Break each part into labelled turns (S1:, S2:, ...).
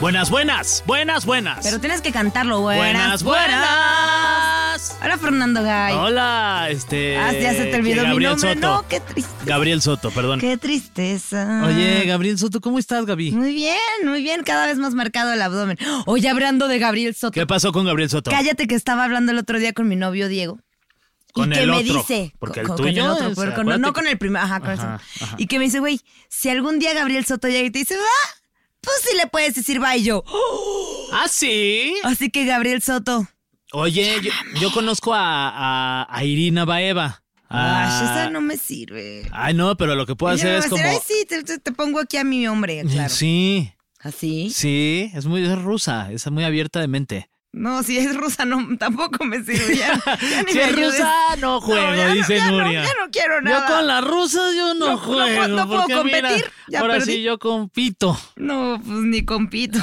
S1: Buenas, buenas, buenas, buenas.
S2: Pero tienes que cantarlo,
S1: buenas,
S2: buenas.
S1: buenas.
S2: Hola, Fernando Gay.
S1: Hola, este.
S2: Ah, ya se te olvidó mi
S1: Gabriel
S2: nombre.
S1: Soto.
S2: No, qué tristeza.
S1: Gabriel Soto, perdón.
S2: Qué Mm. tristeza.
S1: Oye, Gabriel Soto, ¿cómo estás, Gaby?
S2: Muy bien, muy bien. Cada vez más marcado el abdomen. Oye, hablando de Gabriel Soto.
S1: ¿Qué pasó con Gabriel Soto?
S2: Cállate que estaba hablando el otro día con mi novio Diego.
S1: Con
S2: y que
S1: el
S2: me
S1: otro,
S2: dice.
S1: porque
S2: co-
S1: el
S2: co-
S1: tuyo
S2: con el otro,
S1: es-
S2: pero con-
S1: acuérdate
S2: no
S1: que-
S2: con el primero. Ajá, con
S1: Ajá,
S2: eso. Y que me dice, güey, si algún día Gabriel Soto llega y te dice, va, pues sí le puedes decir va y yo.
S1: ¿Ah, sí?
S2: Así que Gabriel Soto.
S1: Oye, yo, yo conozco a, a- a Irina Baeva.
S2: Ay,
S1: Ah,
S2: esa no me sirve.
S1: Ay, no, pero lo que puedo
S2: Ella
S1: hacer
S2: me
S1: es
S2: va a
S1: como.
S2: decir, "Ay, sí, te, te- te pongo aquí a mi hombre, claro.
S1: Sí,
S2: ¿Así?
S1: sí, es muy es rusa, es muy abierta de mente.
S2: No, si es rusa, no, tampoco me sirve. Ya, ya ni
S1: Si
S2: me
S1: es
S2: ayudes.
S1: rusa, no juego,
S2: ya
S1: dice
S2: ya
S1: Nuria.
S2: No, ya no quiero
S1: Yo
S2: nada.
S1: con las rusas yo no,
S2: No, no puedo-
S1: juego.
S2: no puedo
S1: porque mira,
S2: competir, ya
S1: ahora
S2: perdí.
S1: sí yo compito.
S2: No, pues ni compito.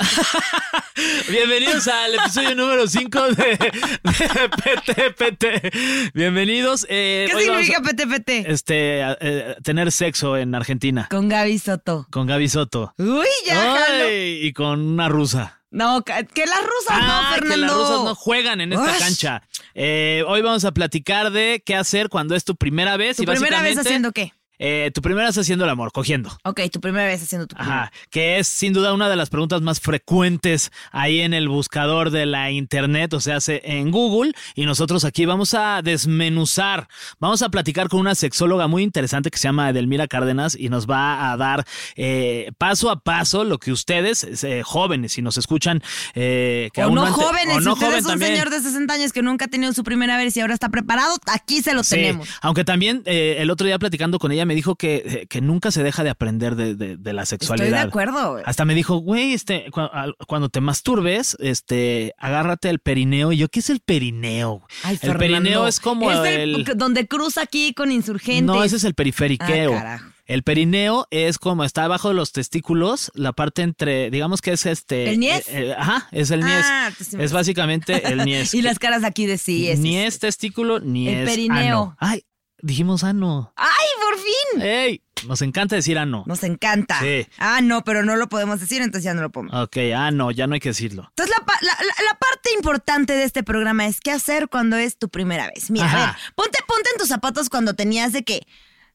S1: Bienvenidos al episodio número 5 de, de PTPT. Bienvenidos. eh,
S2: ¿Qué
S1: hoy vamos
S2: significa
S1: a-
S2: PTPT?
S1: Este, a- eh, tener sexo en Argentina
S2: Con Gaby Soto.
S1: con Gaby Soto.
S2: Uy, ya, jalo.
S1: Ay, y con una rusa.
S2: No, ca- que las rusas
S1: Ah,
S2: no, Fernando.
S1: que las rusas no juegan en esta
S2: Ush.
S1: cancha. Eh, hoy vamos a platicar de qué hacer cuando es tu primera vez.
S2: ¿Tu
S1: y
S2: primera vez
S1: básicamente,
S2: haciendo qué?
S1: eh, tu primera vez haciendo el amor, cogiendo.
S2: Ok, tu primera vez haciendo tu primera.
S1: Ajá, que es sin duda una de las preguntas más frecuentes ahí en el buscador de la internet, o sea, se- en Google. Y nosotros aquí vamos a desmenuzar, vamos a platicar con una sexóloga muy interesante que se llama Edelmira Cárdenas y nos va a dar eh, paso a paso lo que ustedes, eh, jóvenes, si nos escuchan, eh, que
S2: o
S1: aún
S2: no
S1: ante-
S2: jóvenes,
S1: o no
S2: si usted
S1: joven
S2: es un
S1: también.
S2: señor de 60 años que nunca ha tenido su primera vez y ahora está preparado, aquí se lo
S1: Sí,
S2: tenemos.
S1: aunque también eh, el otro día platicando con ella me dijo que, eh, que nunca se deja de aprender de, de- de la sexualidad.
S2: acuerdo, güey.
S1: Hasta me dijo, güey, este, cua- al- cuando te masturbes, este, agárrate el perineo. Y yo, ¿qué es el perineo?
S2: Ay,
S1: el
S2: Fernando,
S1: perineo es como
S2: es
S1: el...
S2: donde cruza aquí con insurgentes.
S1: No, ese es el periferiqueo.
S2: Ah, carajo.
S1: el perineo es como está abajo de los testículos, la parte entre, digamos que es este.
S2: ¿El niés?
S1: eh, eh, ajá, es el niés.
S2: Ah, pues sí me-
S1: es básicamente el niés.
S2: y las caras aquí de sí. es-
S1: Niés, testículo, niés.
S2: perineo. Mm.
S1: ano. Ay, dijimos ano.
S2: ¡Ay, por fin!
S1: ¡Ey! Nos encanta decir ano.
S2: Nos encanta.
S1: Sí. Ah.
S2: Ah, no, pero no lo podemos decir, entonces ya no lo pongo.
S1: Ok, ano, ya no hay que decirlo.
S2: Entonces, la, pa- la- la- la parte importante de este programa es qué hacer cuando es tu primera vez. Mira,
S1: Ajá.
S2: a ver, ponte, ponte en tus zapatos cuando tenías de qué.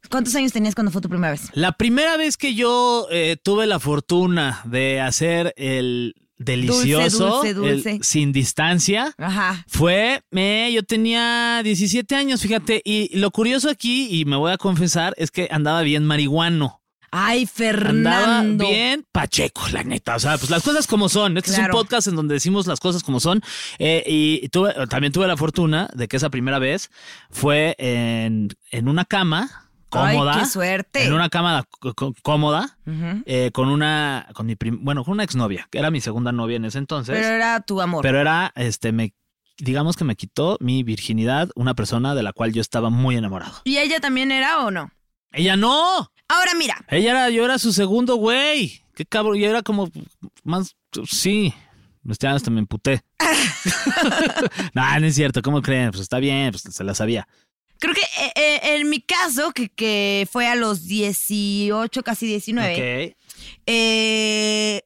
S2: ¿Cuántos años tenías cuando fue tu primera vez?
S1: La primera vez que yo eh, tuve la fortuna de hacer el delicioso
S2: dulce, dulce.
S1: el sin distancia
S2: Ajá.
S1: fue, eh, yo tenía 17 años, fíjate, y lo curioso aquí, y me voy a confesar, es que andaba bien marihuano.
S2: Ay,
S1: Andaba
S2: Fernando.
S1: bien pacheco, la neta. O sea, pues las cosas como son. Este es
S2: Claro.
S1: un podcast en donde decimos las cosas como son. Eh, y tuve- también tuve la fortuna de que esa primera vez fue en, en una cama cómoda.
S2: Ay, qué suerte.
S1: En una cama c- c- cómoda
S2: Ujú.
S1: eh, con una, con mi prim- bueno, con una exnovia, que era mi segunda novia en ese entonces.
S2: Pero era tu amor.
S1: Pero era, este, me, digamos que me quitó mi virginidad una persona de la cual yo estaba muy enamorado.
S2: ¿Y ella también era o no?
S1: Ella no,
S2: Ahora mira,
S1: ella era, yo era su segundo güey. Qué cabrón, yo era como más, sí. Este, hasta me emputé. no, no es cierto, ¿cómo creen? Pues está bien, pues se la sabía.
S2: Creo que eh, eh, en mi caso, que, que fue a los 18, casi 19,
S1: Ok.
S2: eh,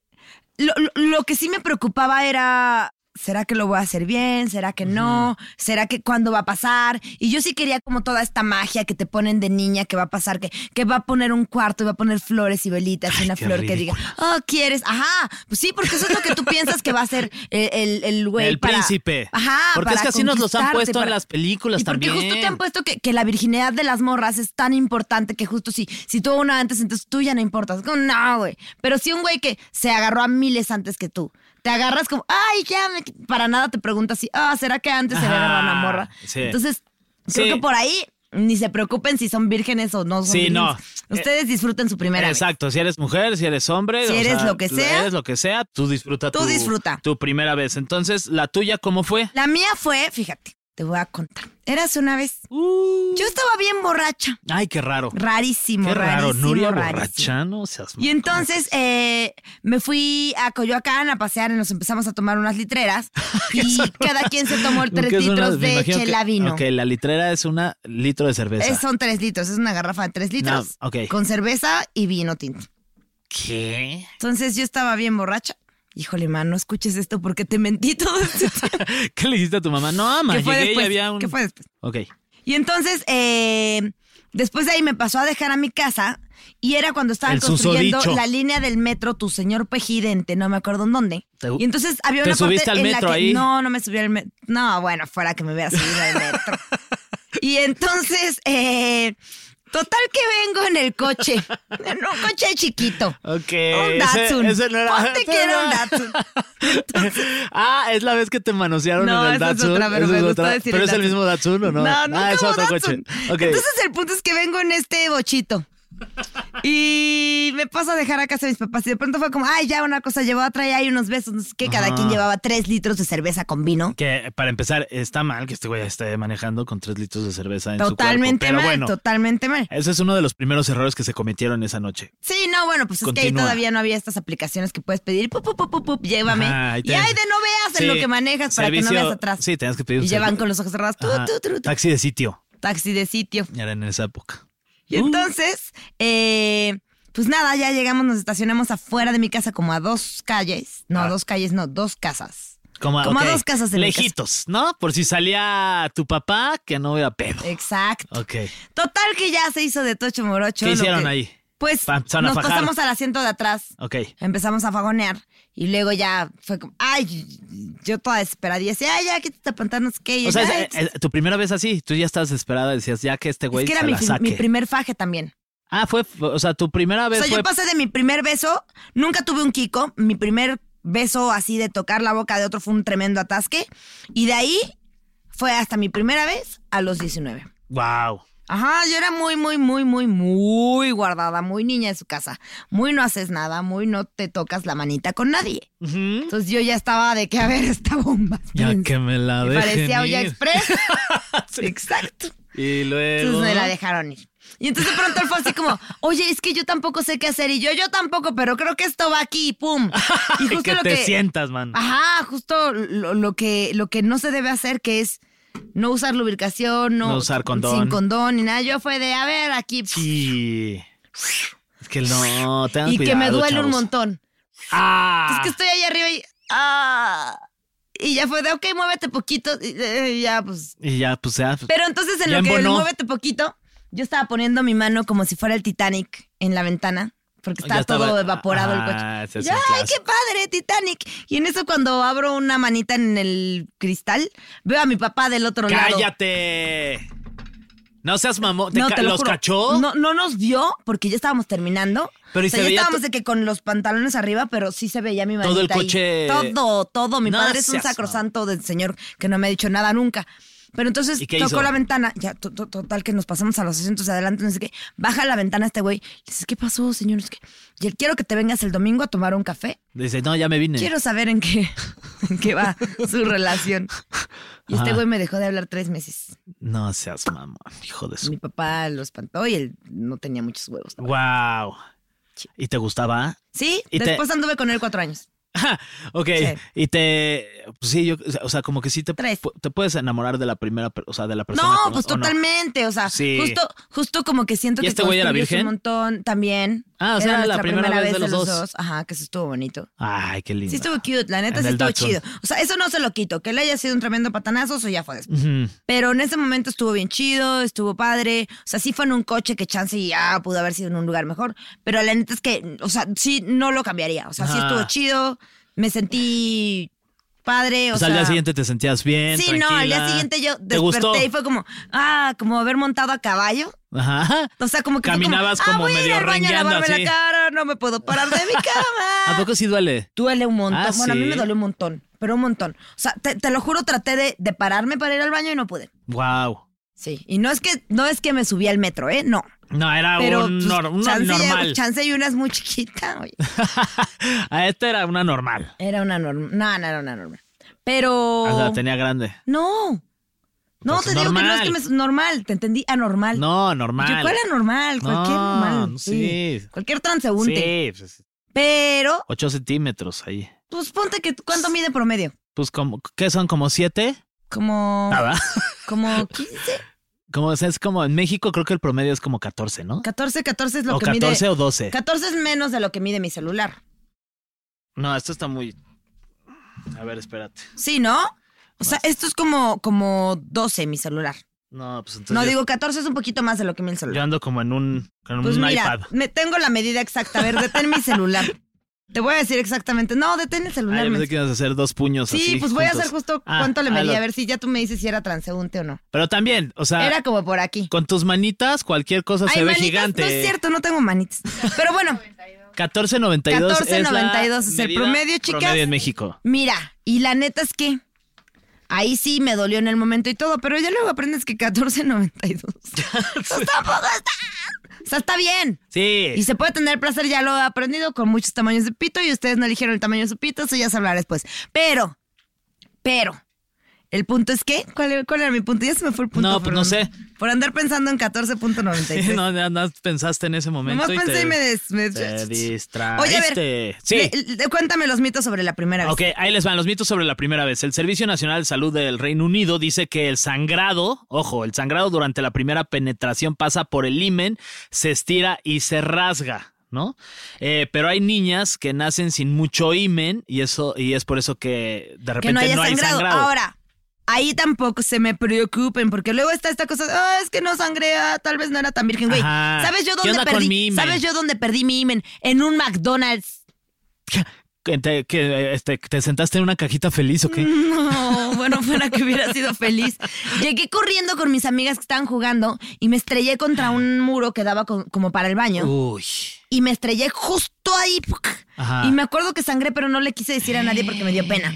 S2: lo, lo- lo que sí me preocupaba era, ¿será que lo voy a hacer bien? ¿Será que no? ¿Será que cuándo va a pasar? Y yo sí quería como toda esta magia que te ponen de niña, que va a pasar, que, que va a poner un cuarto y va a poner flores y velitas y una
S1: qué
S2: flor que diga, oh, ¿quieres? Ajá, pues sí, porque eso es lo que tú piensas que va a ser el- el el güey.
S1: El
S2: para-
S1: príncipe.
S2: Ajá.
S1: Porque es
S2: para
S1: que así nos los han
S2: conquistarte,
S1: puesto en
S2: para-
S1: las películas
S2: y porque
S1: también.
S2: justo te han puesto que, que la virginidad de las morras es tan importante que justo si, si tú una antes, entonces tú ya no importas. Como, No, güey. Pero si un güey que se agarró a miles antes que tú te agarras como, ay, ya, me qui-". para nada te preguntas si, ah, ¿será que antes se
S1: Ajá,
S2: era una morra?
S1: sí.
S2: Entonces, creo
S1: Sí.
S2: que por ahí ni se preocupen si son vírgenes o no son
S1: Sí, no. Eh,
S2: vírgenes. Ustedes disfruten su primera vez.
S1: Exacto, si eres mujer, si eres hombre,
S2: Si
S1: o
S2: eres
S1: sea,
S2: lo que sea.
S1: eres lo que sea, tú disfruta
S2: Tú
S1: tu,
S2: disfruta.
S1: tu primera vez. Entonces, ¿la tuya cómo fue?
S2: La mía fue, fíjate, te voy a contar. Eras una vez. Yo estaba bien borracha.
S1: Ay, qué raro.
S2: Rarísimo,
S1: qué raro,
S2: rarísimo,
S1: Nuria
S2: rarísimo.
S1: borracha, no seas
S2: Y entonces eh, me fui a Coyoacán a pasear y nos empezamos a tomar unas litreras. y cada quien se tomó
S1: Lo
S2: tres
S1: que es una-
S2: litros
S1: me
S2: de
S1: imagino que-
S2: chela vino.
S1: Ok, la litrera es una litro de cerveza.
S2: Es- son tres litros, es una garrafa de tres litros.
S1: No, ok.
S2: Con cerveza y vino tinto.
S1: ¿Qué?
S2: Entonces yo estaba bien borracha. Híjole, man, no escuches esto porque te mentí todo este tiempo.
S1: ¿Qué le hiciste a tu mamá? No, mamá,
S2: ¿Qué fue
S1: llegué
S2: después?
S1: y había un...
S2: ¿Qué fue después?
S1: Ok.
S2: Y entonces, eh, después de ahí me pasó a dejar a mi casa y era cuando estaban
S1: El
S2: construyendo
S1: susodicho.
S2: la línea del metro, tu señor pejidente, no me acuerdo en dónde.
S1: Te-
S2: y entonces había
S1: ¿te
S2: una parte
S1: subiste al
S2: en
S1: metro
S2: la que
S1: ahí?
S2: no, no me subí al metro. No, bueno, fuera que me hubiera subido al metro. y entonces, eh, total que vengo en el coche, en un coche chiquito.
S1: Ok.
S2: Un Datsun. Ponte que era un Datsun.
S1: ah, es la vez que te manosearon
S2: No,
S1: en el
S2: esa es
S1: Datsun.
S2: otra, pero
S1: Esa
S2: me
S1: es
S2: gusta
S1: otra.
S2: decir
S1: ¿Pero
S2: el
S1: es el
S2: Datsun.
S1: mismo Datsun o no?
S2: No,
S1: ah,
S2: nunca
S1: es
S2: hubo
S1: otro
S2: Datsun.
S1: coche. Ok.
S2: Entonces el punto es que vengo en este bochito. Y me paso a dejar a casa de mis papás. Y de pronto fue como, ay, ya una cosa llevó otra, ya hay unos besos. No sé qué, cada
S1: Ajá.
S2: quien llevaba tres litros de cerveza con vino.
S1: Que para empezar, está mal que este güey esté manejando con tres litros de cerveza en
S2: Totalmente
S1: su cuerpo. Pero
S2: mal,
S1: bueno,
S2: totalmente mal.
S1: ese es uno de los primeros errores que se cometieron esa noche.
S2: Sí, no, bueno, pues es que ahí
S1: Continúa.
S2: todavía no había estas aplicaciones que puedes pedir, pup, pup, pup, pup, pup, llévame.
S1: Ajá, ahí
S2: y
S1: tienes.
S2: ay, de no veas en
S1: Sí,
S2: lo que manejas para que no
S1: servicio-
S2: veas atrás.
S1: Sí, tenías que pedir
S2: y
S1: un
S2: llevan
S1: servicio.
S2: con los ojos cerrados. tu,
S1: Ajá,
S2: tu, tu, tu.
S1: Taxi de sitio.
S2: Taxi de sitio.
S1: Era en esa época.
S2: Y
S1: Uh.
S2: entonces, eh, pues nada, ya llegamos, nos estacionamos afuera de mi casa como a dos calles. No,
S1: Ah.
S2: dos calles, no, dos casas.
S1: Como,
S2: Como a
S1: ok,
S2: dos casas de mi casa.
S1: Lejitos, ¿no? Por si salía tu papá, que no hubiera pedo.
S2: Eh. Exacto.
S1: Ok.
S2: Total que ya se hizo de Tocho Morocho.
S1: ¿Qué
S2: lo
S1: hicieron
S2: que-
S1: ahí?
S2: Pues
S1: Pa- se van a
S2: nos
S1: fajar.
S2: pasamos al asiento de atrás.
S1: Ok.
S2: Empezamos a fagonear y luego ya fue como, ay, yo toda desesperada y decía, ay, ya quítate el pantalón, no sé qué. Y
S1: O sea,
S2: yo,
S1: es-
S2: "Ay,
S1: es- tu primera vez así, tú ya estabas desesperada, decías, ya que este güey
S2: es que era
S1: se
S2: mi,
S1: la
S2: fi-
S1: saque.
S2: mi primer faje también.
S1: ah, fue, o sea, tu primera
S2: O
S1: vez
S2: sea,
S1: Pues fue...
S2: yo pasé de mi primer beso, nunca tuve un Kiko, mi primer beso así de tocar la boca de otro fue un tremendo atasque, y de ahí fue hasta mi primera vez a los 19.
S1: Wow.
S2: Ajá, yo era muy, muy, muy, muy, muy guardada, muy niña de su casa, muy no haces nada, muy no te tocas la manita con nadie. Entonces yo ya estaba de que, a ver, esta bomba.
S1: Ya que me la
S2: Me
S1: dejen
S2: parecía olla
S1: ir.
S2: express. Exacto.
S1: Y luego...
S2: Entonces me la dejaron ir. Y entonces de pronto él fue así como, oye, es que yo tampoco sé qué hacer. Y yo, yo tampoco, pero creo que esto va aquí, pum. Y
S1: Y que te sientas, man.
S2: Ah. Ajá, justo lo, lo que, lo que no se debe hacer, que es no usar lubricación, no,
S1: No usar condón.
S2: Sin condón ni nada. Yo fue de, a ver, aquí.
S1: Sí. Es que no, tengan
S2: y que me
S1: cuidado,
S2: duele un
S1: chavos.
S2: montón.
S1: Ah.
S2: Es que estoy ahí arriba y. ah. y ya fue de, ok, muévete poquito. Y, eh, ya, pues
S1: Y ya, pues ya. pues,
S2: Pero entonces en
S1: Ya
S2: lo que
S1: embonó.
S2: muévete poquito, yo estaba poniendo mi mano como si fuera el Titanic en la ventana, porque
S1: Ya
S2: estaba,
S1: estaba-
S2: todo evaporado el
S1: Ah,
S2: coche.
S1: ese es
S2: Y yo,
S1: un
S2: ¡Ay, qué padre, Titanic! Y en eso cuando abro una manita en el cristal, veo a mi papá del otro lado.
S1: ¡Cállate! No seas mamón. ¿Te
S2: No,
S1: ca-
S2: te lo
S1: ¿Los
S2: juro.
S1: cachó?
S2: No, no nos vio porque ya estábamos terminando.
S1: Pero y
S2: o sea,
S1: se
S2: ya
S1: veía
S2: estábamos
S1: to-
S2: de que con los pantalones arriba, pero sí se veía mi manita
S1: Todo el
S2: ahí.
S1: coche-
S2: Todo, todo. Mi
S1: No
S2: padre es un
S1: seas, no.
S2: sacrosanto del señor que no me ha dicho nada nunca. Pero entonces
S1: ¿Y
S2: tocó
S1: qué hizo?
S2: la ventana, ya to- to- total que nos pasamos a los asientos de adelante, no sé qué, baja la ventana este güey, le dices, ¿qué pasó, señor? Es que- y él, quiero que te vengas el domingo a tomar un café,
S1: Dice, no, ya me vine.
S2: quiero saber en qué, en qué va su relación. Y este
S1: Ajá.
S2: güey me dejó de hablar tres meses.
S1: No seas mamón, hijo de su.
S2: Mi papá lo espantó y él no tenía muchos huevos.
S1: Wow. ¿Y te gustaba?
S2: Sí,
S1: Y te-
S2: después anduve con él cuatro años.
S1: ok.
S2: Sí.
S1: Y te. Pues sí, yo. O sea, como que sí te,
S2: Tres.
S1: te puedes enamorar de la primera. per- O sea, de la persona.
S2: No,
S1: con-
S2: pues
S1: ¿o no?
S2: totalmente, o sea,
S1: Sí.
S2: justo, justo como que
S1: ¿Y
S2: siento que
S1: este güey era
S2: construyes
S1: virgen?
S2: un montón también.
S1: Ah, o sea, era la
S2: nuestra
S1: primera vez de los dos.
S2: Ajá, que eso estuvo bonito.
S1: Ay, qué lindo.
S2: Sí estuvo cute, la neta
S1: En
S2: sí
S1: el
S2: estuvo
S1: Datsun.
S2: chido. O sea, eso no se lo quito, que le haya sido un tremendo patanazo, eso ya fue después.
S1: Ujú.
S2: Pero en ese momento estuvo bien chido, estuvo padre. O sea, sí fue en un coche que chance y ya pudo haber sido en un lugar mejor. Pero la neta es que, o sea, sí no lo cambiaría. O sea, sí
S1: Ajá.
S2: estuvo chido, me sentí padre. O
S1: O sea, Pues al
S2: sea,
S1: día siguiente te sentías bien.
S2: Sí, no, al día
S1: tranquila.
S2: siguiente yo
S1: ¿Te gustó?
S2: desperté y fue como, ah, como haber montado a caballo.
S1: Ajá.
S2: O sea, como que fue
S1: Caminabas
S2: como,
S1: como
S2: ah, voy a ir
S1: medio
S2: al baño a
S1: rengueando,
S2: lavarme
S1: así.
S2: la cara, no me puedo parar de mi
S1: ¿A
S2: cama.
S1: poco sí duele?
S2: Duele un montón.
S1: Ah,
S2: bueno, a mí
S1: ¿sí?
S2: me dolió un montón, pero un montón. O sea, te, te lo juro, traté de, de pararme para ir al baño y no pude.
S1: Wow.
S2: Sí. Y no es que, no es que me subí al metro, ¿eh? No.
S1: No, era
S2: Pero
S1: un
S2: pues,
S1: nor- un
S2: chance,
S1: normal.
S2: chance y una es muy chiquita. oye.
S1: A esta era una normal.
S2: Era una norma. No, no era una norma. Pero.
S1: O sea, Ah, tenía grande.
S2: No. No,
S1: Pues
S2: te digo que no es que me
S1: normal.
S2: es normal, te entendí anormal.
S1: No, normal.
S2: Yo, ¿Cuál anormal?
S1: No,
S2: Cualquier normal. Sí.
S1: sí.
S2: Cualquier transeúnte.
S1: Sí, pues,
S2: Pero,
S1: 8 centímetros ahí.
S2: pues ponte que cuánto mide promedio.
S1: Pues, como, ¿qué son? ¿Como 7?
S2: Como.
S1: Nada.
S2: Como 15,
S1: Como, o sea, es como en México creo que el promedio es como 14, ¿no?
S2: 14, 14 es lo
S1: O
S2: que
S1: 14
S2: mide.
S1: o 12.
S2: 14 es menos de lo que mide mi celular.
S1: No, esto está muy. A ver, espérate.
S2: Sí, ¿no? O sea, esto es como, como 12 mi celular.
S1: No, pues entonces.
S2: No
S1: yo,
S2: digo 14 es un poquito más de lo que mide el
S1: yo
S2: celular.
S1: ando como en un, con
S2: Pues
S1: un
S2: mira,
S1: iPad.
S2: me tengo la medida exacta. A ver, detén mi celular. Te voy a decir exactamente. No, detén el
S1: Ah,
S2: celular.
S1: yo
S2: men.
S1: pensé que ibas a hacer dos puños así.
S2: Sí, pues voy a
S1: juntos.
S2: hacer justo
S1: Ah,
S2: cuánto le
S1: ah,
S2: medí,
S1: lo-
S2: a ver si ya tú me dices si era transeúnte o no.
S1: Pero también, o sea,
S2: Era como por aquí.
S1: con tus manitas cualquier cosa Ah. se
S2: Ay,
S1: ve
S2: manitas,
S1: gigante.
S2: No es cierto, no tengo manitas. Pero bueno,
S1: 14.92 es, la
S2: 14.92 es el
S1: medida
S2: promedio, chicas.
S1: promedio en México.
S2: mira, y la neta es que ahí sí me dolió en el momento y todo, pero ya luego aprendes que 14.92. Pues tampoco está. O sea, está bien.
S1: Sí.
S2: Y se puede tener placer, ya lo he aprendido con muchos tamaños de pito y ustedes no eligieron el tamaño de su pito, eso ya se hablará después. Pero, pero, el punto es que, ¿cuál era, cuál era mi punto? Ya se me fue el punto.
S1: No, pues, no
S2: Fernando. Por andar pensando en 14.93.
S1: no, nada más pensaste en ese momento.
S2: Nomás
S1: y
S2: pensé
S1: te,
S2: y me, des, me-
S1: te distraíste.
S2: Oye, a ver,
S1: Sí.
S2: le- le- cuéntame los mitos sobre la primera vez.
S1: Ok, ahí les van los mitos sobre la primera vez. El Servicio Nacional de Salud del Reino Unido dice que el sangrado, ojo, el sangrado durante la primera penetración pasa por el himen, se estira y se rasga. ¿No? Eh, pero hay niñas que nacen sin mucho himen y eso y es por eso que de repente
S2: que no haya
S1: hay
S2: sangrado.
S1: sangrado.
S2: Ahora, ahí tampoco se me preocupen, porque luego está esta cosa, ah, es que no sangrea, tal vez no era tan virgen, güey.
S1: Ajá.
S2: ¿Sabes yo
S1: ¿Qué
S2: dónde
S1: onda con mi
S2: perdí?
S1: himen?
S2: ¿Sabes yo dónde perdí mi imen? En un McDonald's.
S1: ¿Que te, que, este, que te sentaste en una cajita feliz o qué?
S2: No, bueno, fuera que hubiera sido feliz. Llegué corriendo con mis amigas que estaban jugando y me estrellé contra un muro que daba co- como para el baño.
S1: Uy.
S2: Y me estrellé justo ahí. ¡puc!
S1: Ajá.
S2: Y me acuerdo que sangré, pero no le quise decir a nadie porque me dio pena.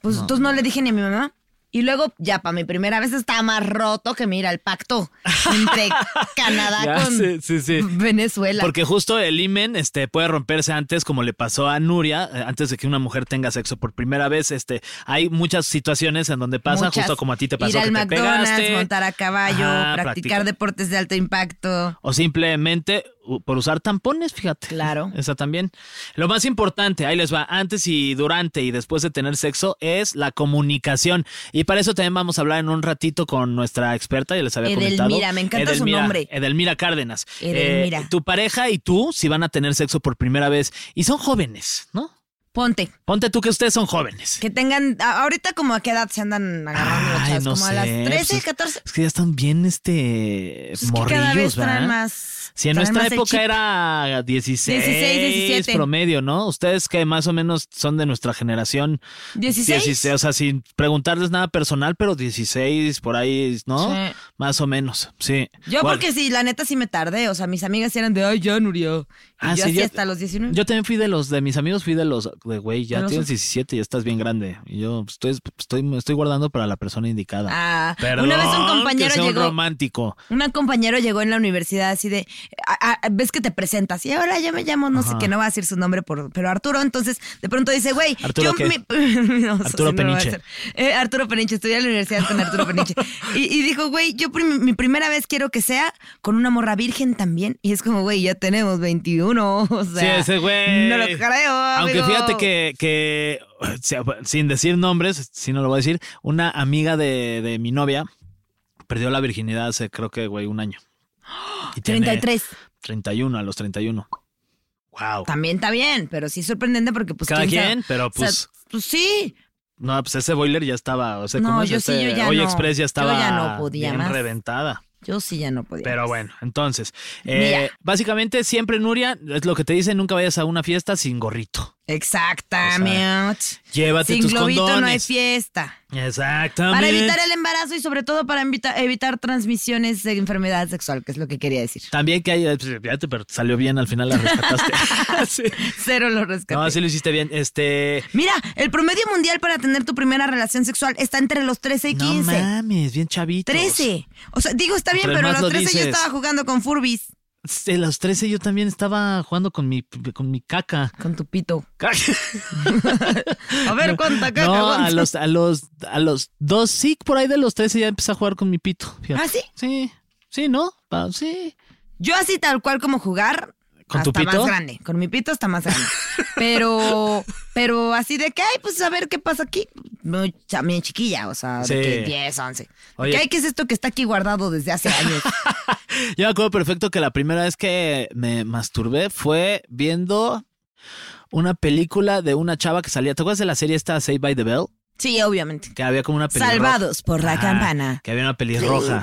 S2: Pues entonces no le dije ni a mi mamá. Y luego, ya para mi primera vez estaba más roto que mira el pacto entre Canadá
S1: Ya,
S2: con
S1: sí, sí, sí.
S2: Venezuela.
S1: Porque justo el himen este, puede romperse antes, como le pasó a Nuria, eh, antes de que una mujer tenga sexo por primera vez. Este, hay muchas situaciones en donde pasa,
S2: Muchas.
S1: justo como a ti te pasó.
S2: Ir al
S1: que te
S2: McDonald's,
S1: pegaste,
S2: montar a caballo,
S1: Ajá,
S2: practicar
S1: practica.
S2: deportes de alto impacto.
S1: O simplemente u- por usar tampones, fíjate.
S2: Claro.
S1: Esa también. Lo más importante, ahí les va, antes y durante y después de tener sexo es la comunicación. Y para eso también vamos a hablar en un ratito con nuestra experta, ya les había
S2: Edelmira,
S1: comentado.
S2: me encanta su nombre.
S1: Edelmira Cárdenas. Eh,
S2: Edelmira.
S1: tu pareja y tú, si van a tener sexo por primera vez, y son jóvenes, ¿no?
S2: Ponte.
S1: Ponte tú que ustedes son jóvenes.
S2: Que tengan, a- ahorita como a qué edad se andan agarrando los
S1: Ay,
S2: chavos,
S1: no
S2: como a las
S1: sé,
S2: 13,
S1: pues es-
S2: 14.
S1: Es que ya están bien, este,
S2: Pues es que
S1: morrillos,
S2: cada vez
S1: ¿verdad?
S2: traen más.
S1: Si en
S2: traen
S1: nuestra
S2: más el
S1: época
S2: chip.
S1: era 16,
S2: 16, 17.
S1: promedio, ¿no? Ustedes que más o menos son de nuestra generación.
S2: 16.
S1: o sea, sin preguntarles nada personal, pero 16 por ahí, ¿no?
S2: Sí.
S1: Más o menos, sí.
S2: Yo
S1: Bueno,
S2: porque sí, la neta sí me tardé. O sea, mis amigas sí eran de, ay, ya Nuria. Y
S1: Ah,
S2: yo
S1: sí,
S2: así
S1: yo-
S2: hasta los 19.
S1: Yo también fui de los, de mis amigos fui de los, de güey, ya
S2: Pero no
S1: tienes 17 y estás bien grande. Y yo pues, estoy, estoy, me estoy guardando para la persona indicada.
S2: Ah,
S1: Perdón
S2: una vez un
S1: que
S2: compañero
S1: sea un
S2: llegó.
S1: romántico.
S2: Un compañero llegó en la universidad así de, a- a- ves que te presentas y ahora yo me llamo, no sé
S1: Ajá.
S2: qué, no va a decir su nombre, por, pero Arturo, entonces de pronto dice, güey,
S1: ¿Arturo
S2: yo
S1: qué?
S2: me- no, eso
S1: Arturo
S2: sí no lo voy a
S1: Peniche.
S2: hacer. Eh, Arturo Peniche, estudié en la universidad con Arturo Peniche. Y, y dijo, güey, yo prim- mi primera vez quiero que sea con una morra virgen también. Y es como, güey, ya tenemos 21, o
S1: Sí,
S2: sea.
S1: ese güey.
S2: No lo creo,
S1: Aunque
S2: amigo.
S1: fíjate que, que, o sea, sin decir nombres, si no lo voy a decir, una amiga de, de mi novia perdió la virginidad hace creo que, güey, un año. Y tiene
S2: 33.
S1: 31, a los 31. Wow.
S2: También está bien, pero sí es sorprendente porque pues...
S1: Cada
S2: sabe?
S1: quien, pero,
S2: O sea,
S1: pues-
S2: pues sí,
S1: No, pues ese boiler ya estaba, o sea,
S2: No,
S1: como es
S2: yo sí,
S1: este?
S2: yo ya
S1: Oye
S2: no.
S1: Express ya
S2: Yo
S1: estaba
S2: ya no podía
S1: bien
S2: más.
S1: reventada.
S2: yo sí ya no podía.
S1: Pero
S2: más.
S1: bueno, entonces, eh,
S2: Mira.
S1: básicamente siempre, Nuria, es lo que te dicen, nunca vayas a una fiesta sin gorrito.
S2: Exactamente.
S1: Llévate
S2: Sin
S1: tus
S2: globito no hay
S1: condones. Ah,
S2: fiesta.
S1: Exactamente.
S2: Para evitar el embarazo y sobre todo para evita- evitar transmisiones de enfermedad sexual, que es lo que quería decir.
S1: También que hay. eh, pues, Ya te- pero salió bien, al final la rescataste. Ah, Sí.
S2: Cero lo rescaté.
S1: No, sí lo hiciste bien. Este.
S2: Mira, el promedio mundial para tener tu primera relación sexual está entre los 13 y 15.
S1: No mames, bien chavitos.
S2: 13. O sea, digo, está bien,
S1: Entre
S2: pero a
S1: más
S2: los
S1: lo
S2: 13 yo
S1: dices.
S2: estaba jugando con Furbis.
S1: De los 13 yo también estaba jugando con mi, con mi caca.
S2: Con tu pito.
S1: Caca.
S2: A ver cuánta caca.
S1: No,
S2: aguanta.
S1: a los, a los, a los dos, sí, por ahí de los 13 ya empecé a jugar con mi pito. fíjate.
S2: ¿Ah, sí?
S1: Sí, sí, ¿no? Pa- Sí.
S2: Yo así tal cual como jugar.
S1: ¿Con tu
S2: hasta
S1: pito?
S2: más grande. Con mi pito está más grande. Pero, pero así de que, ay, pues a ver qué pasa aquí. Muy- También chiquilla, o sea,
S1: Sí.
S2: de que 10, 11.
S1: Oye.
S2: ¿Qué hay que es esto que está aquí guardado desde hace años?
S1: Yo me acuerdo perfecto que la primera vez que me masturbé fue viendo una película de una chava que salía. ¿Te acuerdas de la serie esta Save by the Bell?
S2: Sí, obviamente.
S1: Que había como una pelirroja.
S2: Salvados por la
S1: Ajá,
S2: campana.
S1: Que había una pelirroja.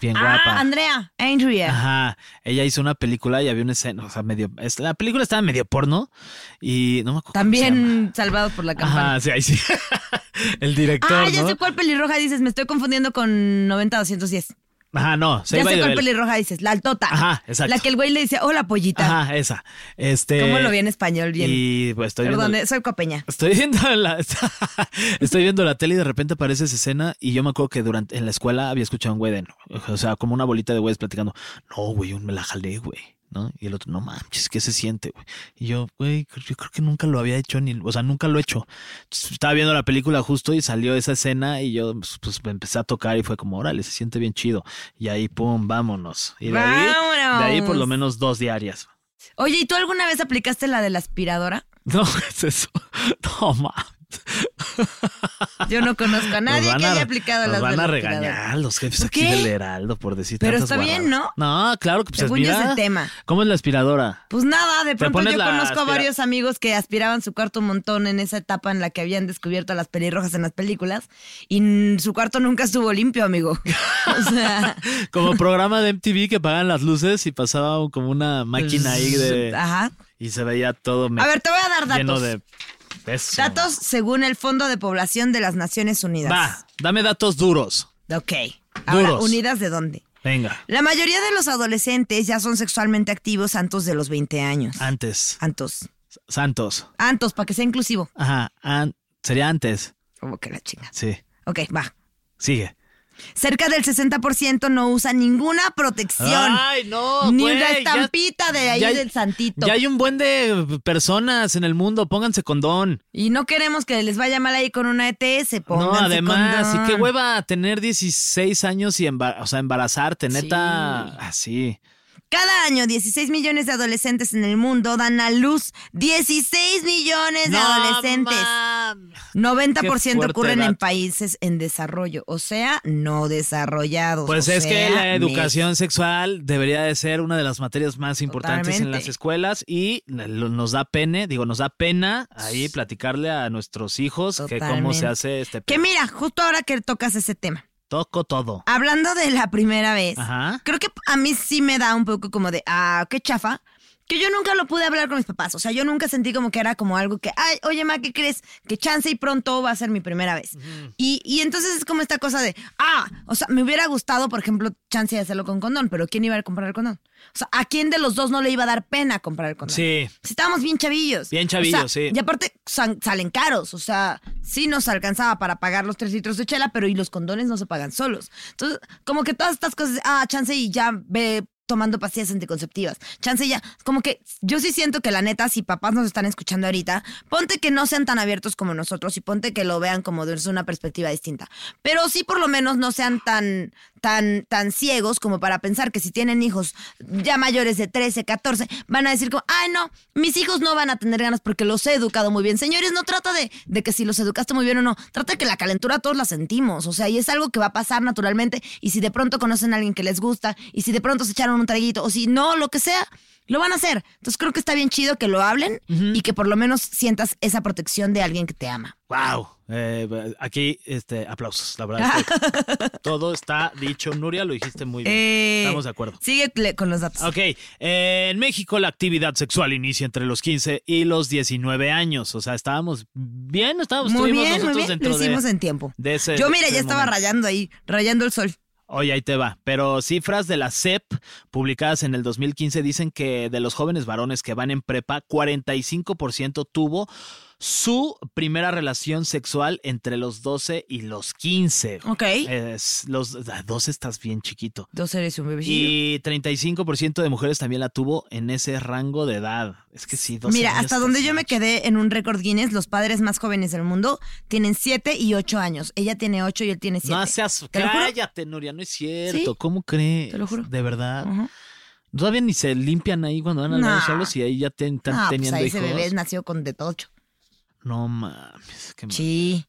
S1: Bien Ah, guapa.
S2: Ah, Andrea, Andrea.
S1: Ajá, ella hizo una película y había una escena, o sea, medio, es- la película estaba medio porno y no me acuerdo. cómo se llama.
S2: También Salvados por la campana.
S1: Ajá, sí, ahí sí. El director,
S2: Ah, ya
S1: ¿no?
S2: sé cuál pelirroja dices, me estoy confundiendo con 90-210.
S1: Ajá, no, Saved
S2: Ya
S1: by
S2: sé
S1: the
S2: cuál
S1: Bell.
S2: pelirroja dices, la altota.
S1: Ajá, exacto.
S2: La que el güey le dice, hola pollita.
S1: Ajá, esa. Este
S2: ¿Cómo lo vi en español bien?
S1: Y pues estoy
S2: Perdón,
S1: viendo
S2: eh, soy copeña.
S1: Estoy viendo la estoy viendo la tele y de repente aparece esa escena y yo me acuerdo que durante en la escuela había escuchado a un güey de, o sea, como una bolita de güeyes platicando, "No, güey, un- me la jalé, güey." ¿No? Y el otro, "No manches, ¿qué se siente, güey?" Y yo, "Güey, cre- yo creo que nunca lo había hecho ni, o sea, nunca lo he hecho." Entonces, estaba viendo la película justo y salió esa escena y yo pues, pues, me empecé a tocar y fue como, "Órale, se siente bien chido." Y ahí pum, vámonos. Y de ahí de ahí por lo
S2: Vámonos.
S1: menos dos diarias.
S2: Oye, ¿y tú alguna vez aplicaste la de la aspiradora?
S1: No, es eso. No mames.
S2: Yo no conozco a nadie
S1: Nos van
S2: que
S1: a-
S2: haya aplicado
S1: nos
S2: las
S1: van
S2: de la
S1: a
S2: aspiradora.
S1: regañar los jefes
S2: ¿Por
S1: aquí
S2: qué?
S1: del Heraldo por decir
S2: Pero
S1: tantas
S2: está bien,
S1: guarradas. No, claro que pues
S2: Según yo,
S1: mira,
S2: ese tema.
S1: ¿Cómo es la aspiradora?
S2: Pues nada, de
S1: Te
S2: pronto
S1: pones
S2: yo
S1: la
S2: conozco a
S1: aspira-
S2: varios amigos que aspiraban su cuarto un montón en esa etapa en la que habían descubierto a las pelirrojas en las películas y mm, su cuarto nunca estuvo limpio, amigo. O sea,
S1: Como programa de MTV que pagan las luces y pasaba un- como una máquina ahí de
S2: pues, Ajá.
S1: y se veía todo me-
S2: ah. A ver, te voy a dar
S1: lleno
S2: datos.
S1: de eso.
S2: Datos según el Fondo de Población de las Naciones Unidas.
S1: Va, dame datos duros.
S2: Ok. Ahora,
S1: Duros.
S2: ¿unidas de dónde?
S1: Venga,
S2: La mayoría de los adolescentes ya son sexualmente activos antes de los 20 años.
S1: antes.
S2: Antos.
S1: Santos.
S2: Antos, para que sea inclusivo.
S1: Ajá, an- sería antes.
S2: Como que la chinga.
S1: Sí.
S2: Ok, va.
S1: Sigue.
S2: Cerca del 60% no usa ninguna protección.
S1: Ay, no,
S2: Ni
S1: güey,
S2: una
S1: ya-
S2: estampita de ahí
S1: ya hay-
S2: del santito.
S1: Ya hay un buen de personas en el mundo, pónganse condón.
S2: Y no queremos que les vaya mal ahí con una ETS, pónganse
S1: no, además,
S2: condón.
S1: y qué hueva tener 16 años y embar- o sea, embarazarte, neta, Ah, así.
S2: Cada año, 16 millones de adolescentes en el mundo dan a luz 16 millones de
S1: No
S2: adolescentes.
S1: mam.
S2: 90%
S1: Qué
S2: ocurren
S1: fuerte
S2: en
S1: dato.
S2: países en desarrollo, o sea, no desarrollados.
S1: Pues
S2: o
S1: es que
S2: sea,
S1: la educación sexual debería de ser una de las materias más importantes en
S2: Totalmente.
S1: las escuelas y lo- nos da pene, digo, nos da pena ahí platicarle a nuestros hijos que cómo se
S2: Totalmente.
S1: hace este
S2: me- Que mira, justo ahora que tocas ese tema.
S1: toco todo.
S2: Hablando de la primera vez,
S1: Ajá.
S2: creo que a mí sí me da un poco como de, ah, qué chafa. Que yo nunca lo pude hablar con mis papás. O sea, yo nunca sentí como que era como algo que, ay, oye, ma, ¿qué crees? Que chance y pronto va a ser mi primera vez. y, y entonces es como esta cosa de, ah, o sea, me hubiera gustado, por ejemplo, chance de hacerlo con condón, pero ¿quién iba a comprar el condón? O sea, ¿a quién de los dos no le iba a dar pena comprar el condón?
S1: Sí.
S2: Si estábamos bien chavillos.
S1: Bien chavillos,
S2: O sea,
S1: sí.
S2: Y aparte san- salen caros, o sea, sí nos alcanzaba para pagar los tres litros de chela, pero y los condones no se pagan solos. Entonces, como que todas estas cosas, ah, chance y ya ve tomando pastillas anticonceptivas. Chance y ya, como que yo sí siento que la neta, si papás nos están escuchando ahorita, ponte que no sean tan abiertos como nosotros y ponte que lo vean como desde una perspectiva distinta. Pero sí por lo menos no sean tan, tan, tan ciegos como para pensar que si tienen hijos ya mayores de 13, 14, van a decir como, ay no, mis hijos no van a tener ganas porque los he educado muy bien. Señores, no trata de, de que si los educaste muy bien o no, trata de que la calentura todos la sentimos, o sea, y es algo que va a pasar naturalmente, y si de pronto conocen a alguien que les gusta, y si de pronto se echaron un traguito, o si no, lo que sea, lo van a hacer. Entonces creo que está bien chido que lo hablen y que por lo menos sientas esa protección de alguien que te ama.
S1: Wow. Eh, aquí, este, aplausos. La verdad es que todo está dicho. Nuria, lo dijiste muy bien.
S2: Eh,
S1: Estamos de acuerdo.
S2: Sigue le- con los datos.
S1: Ok, eh, en México la actividad sexual inicia entre los 15 y los 19 años. O sea, estábamos bien, estábamos
S2: muy
S1: estuvimos
S2: bien, muy
S1: nosotros
S2: bien.
S1: dentro
S2: Lo hicimos
S1: de,
S2: en tiempo.
S1: de ese-
S2: Yo, mira,
S1: ese
S2: ya estaba
S1: momento.
S2: rayando ahí, rayando el sol.
S1: Oye, ahí te va. Pero cifras de la CEP publicadas en el 2015 dicen que de los jóvenes varones que van en prepa, 45% tuvo su primera relación sexual entre los 12 y los 15.
S2: Ok.
S1: Es- los a 12 estás bien chiquito.
S2: Dos seres y un bebecillo.
S1: Y 35% de mujeres también la tuvo en ese rango de edad. Es que sí, 12
S2: Mira,
S1: años
S2: hasta
S1: estás
S2: donde yo
S1: bien
S2: me quedé en un récord Guinness, los padres más jóvenes del mundo tienen 7 y 8 años. Ella tiene 8 y él tiene 7.
S1: No seas.
S2: Te lo juro.
S1: Cállate, Nuria, no es cierto.
S2: Sí.
S1: ¿Cómo crees?
S2: Te lo juro.
S1: De verdad.
S2: Ajá.
S1: Todavía ni se limpian ahí cuando van a
S2: Nah.
S1: los solos y ahí ya ten- están
S2: Ah, pues
S1: teniendo
S2: ahí
S1: hijos.
S2: ese bebé nació con de tocho.
S1: No mames, qué mal.
S2: Sí.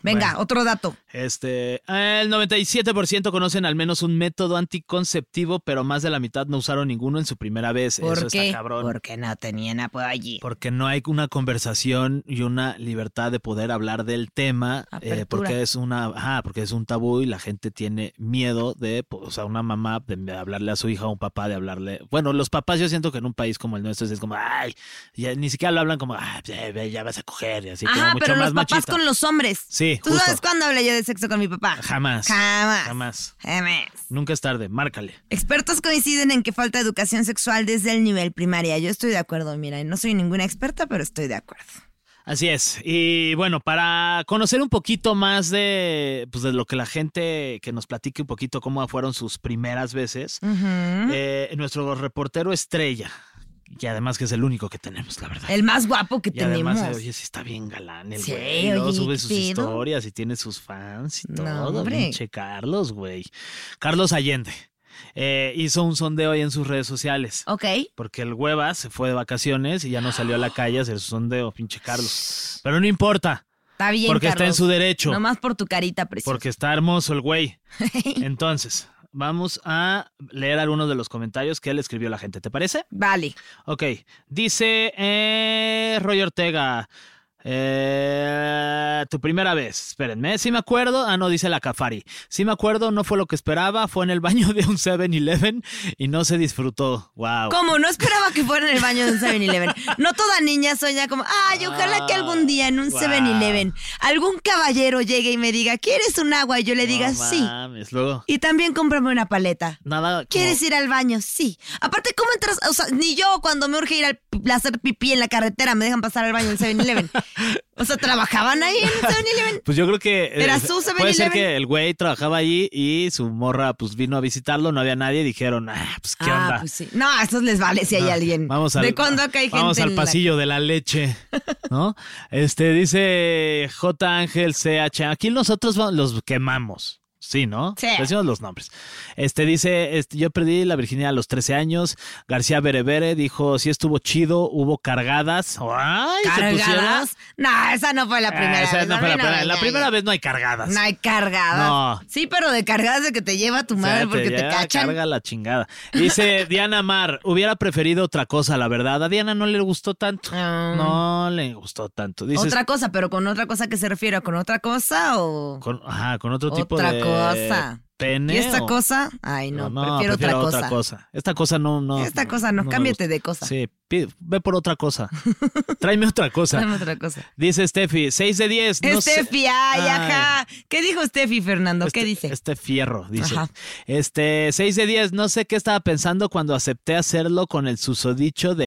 S2: Venga,
S1: Mm. Bueno.
S2: otro dato.
S1: Este, el 97% conocen al menos un método anticonceptivo, pero más de la mitad no usaron ninguno en su primera vez.
S2: ¿Por
S1: Eso
S2: qué?
S1: está cabrón. Pues,
S2: Porque no Pues, tenían apoyo allí.
S1: Porque no hay una conversación y una libertad de poder hablar del tema, eh,
S2: Apertura.
S1: porque es una, ajá, porque es un tabú y la gente tiene miedo de, pues, o sea, una mamá de hablarle a su hija, un papá de hablarle. Bueno, los papás yo siento que en un país como el nuestro es como, ay, ya ni siquiera lo hablan como, ay, ya, ya- ya vas a coger y así, como
S2: Ajá,
S1: mucho
S2: pero los
S1: más
S2: papás
S1: machista.
S2: con los hombres.
S1: Sí,
S2: ¿Tú
S1: justo.
S2: sabes cuándo hablé yo de sexo con mi papá?
S1: Jamás,
S2: Jamás.
S1: jamás.
S2: Jamás.
S1: Nunca es tarde, márcale.
S2: Expertos coinciden en que falta educación sexual desde el nivel primaria. Yo estoy de acuerdo, mira, no soy ninguna experta, pero estoy de acuerdo.
S1: Así es. Y bueno, para conocer un poquito más de, pues, de lo que la gente que nos platique un poquito cómo fueron sus primeras veces, eh, nuestro reportero estrella, y además que es el único que tenemos, la verdad.
S2: El más guapo que
S1: y
S2: Eh, tenemos.
S1: además, eh, oye, sí está bien galán el
S2: Sí,
S1: güey. y luego
S2: oye,
S1: sube
S2: ¿qué
S1: sus
S2: pedo?
S1: historias y tiene sus fans y
S2: No,
S1: todo.
S2: hombre.
S1: Pinche Carlos, güey. Carlos Allende eh, hizo un sondeo ahí en sus redes sociales.
S2: ok.
S1: Porque el hueva se fue de vacaciones y ya no salió a la calle a hacer su sondeo, pinche Carlos. Pero no importa,
S2: Está bien,
S1: porque está en
S2: Carlos.
S1: su derecho,
S2: Nomás por tu carita preciosa.
S1: porque está hermoso el güey. Entonces, vamos a leer algunos de los comentarios que él escribió a la gente, ¿te parece?
S2: Vale.
S1: Ok, dice eh, Roy Ortega. eh, tu primera vez, espérenme. Sí me acuerdo. Ah, no, dice la Cafari. Sí me acuerdo, no fue lo que esperaba. Fue en el baño de un 7-Eleven y no se disfrutó. Wow.
S2: ¿Cómo? No esperaba que fuera en el baño de un 7-Eleven. No toda niña sueña como, ay, ojalá que
S1: Ah,
S2: algún día en un
S1: Wow.
S2: 7-Eleven algún caballero llegue y me diga, ¿quieres un agua? Y yo le diga,
S1: No
S2: sí.
S1: mames, luego.
S2: Y también cómprame una paleta.
S1: Nada. como-
S2: ¿Quieres ir al baño? Sí. Aparte, ¿cómo entras? O sea, ni yo cuando me urge ir al p- hacer pipí en la carretera me dejan pasar al baño en 7-Eleven. O sea, ¿trabajaban ahí en el 7-Eleven?
S1: Pues yo creo que. eh,
S2: Era su
S1: Puede
S2: 7-Eleven.
S1: ser que el güey trabajaba allí y su morra, pues vino a visitarlo, no había nadie. Dijeron, ah, pues qué
S2: ah,
S1: onda.
S2: pues sí. No, a esos les vale si hay
S1: No,
S2: alguien.
S1: Vamos al,
S2: ¿De cuándo acá hay
S1: vamos
S2: gente
S1: al
S2: en la-
S1: pasillo de la leche, ¿no? este dice J. Ángel CH. Aquí nosotros va- los quemamos. Sí, ¿no?
S2: Sí.
S1: Decimos los nombres. Este dice, este, yo perdí la virginidad a los 13 años. García Berebere dijo, sí estuvo chido, hubo cargadas. ¡Ay! se pusieron-
S2: ¿Cargadas? No, esa no fue la primera
S1: Ah, esa
S2: vez.
S1: no
S2: A
S1: fue
S2: mí
S1: la
S2: no
S1: primera.
S2: me
S1: La
S2: engañes.
S1: primera vez no hay cargadas.
S2: No hay cargadas.
S1: No.
S2: Sí, pero de cargadas de que te lleva tu
S1: O sea,
S2: madre porque te
S1: ya
S2: cachan.
S1: Carga la chingada. Dice Diana Mar, hubiera preferido otra cosa, la verdad. A Diana no le gustó tanto.
S2: Ah.
S1: No le gustó tanto. Dices,
S2: Otra cosa, pero con otra cosa que se refiere, ¿a con otra cosa o
S1: con, ajá, con otro tipo
S2: otra
S1: de
S2: cosa.
S1: pene
S2: ¿Y esta
S1: o-
S2: cosa? Ay, no, prefiero, otra cosa.
S1: Esta cosa no, no.
S2: Esta cosa no,
S1: me
S2: cámbiate
S1: gusta.
S2: de cosa.
S1: Sí, pide- ve por otra cosa. Tráeme otra cosa.
S2: Dame otra cosa.
S1: Dice Steffi, 6 de 10. no sé-
S2: Estefi, ay,
S1: Ay.
S2: ajá. ¿Qué dijo Steffi, Fernando? ¿Qué
S1: Este-
S2: dice?
S1: Este fierro, dice.
S2: Ajá.
S1: Este, 6 de 10. No sé qué estaba pensando cuando acepté hacerlo con el susodicho de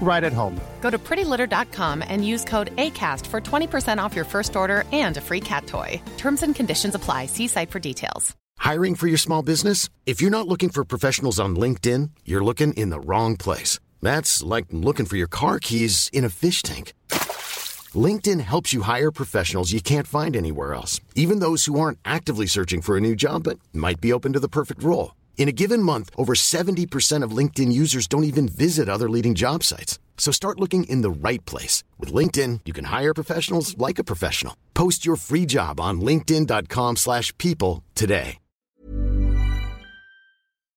S3: right at home.
S4: Go to prettylitter.com and use code ACAST for 20% off your first order and a free cat toy. Terms and conditions apply. See site for details.
S5: Hiring for your small business? If you're not looking for professionals on LinkedIn, you're looking in the wrong place. That's like looking for your car keys in a fish tank. LinkedIn helps you hire professionals you can't find anywhere else, even those who aren't actively searching for a new job but might be open to the perfect role. In a given month, over 70% of LinkedIn users don't even visit other leading job sites. So start looking in the right place. With LinkedIn, you can hire professionals like a professional. Post your free job on linkedin.com/people slash people today.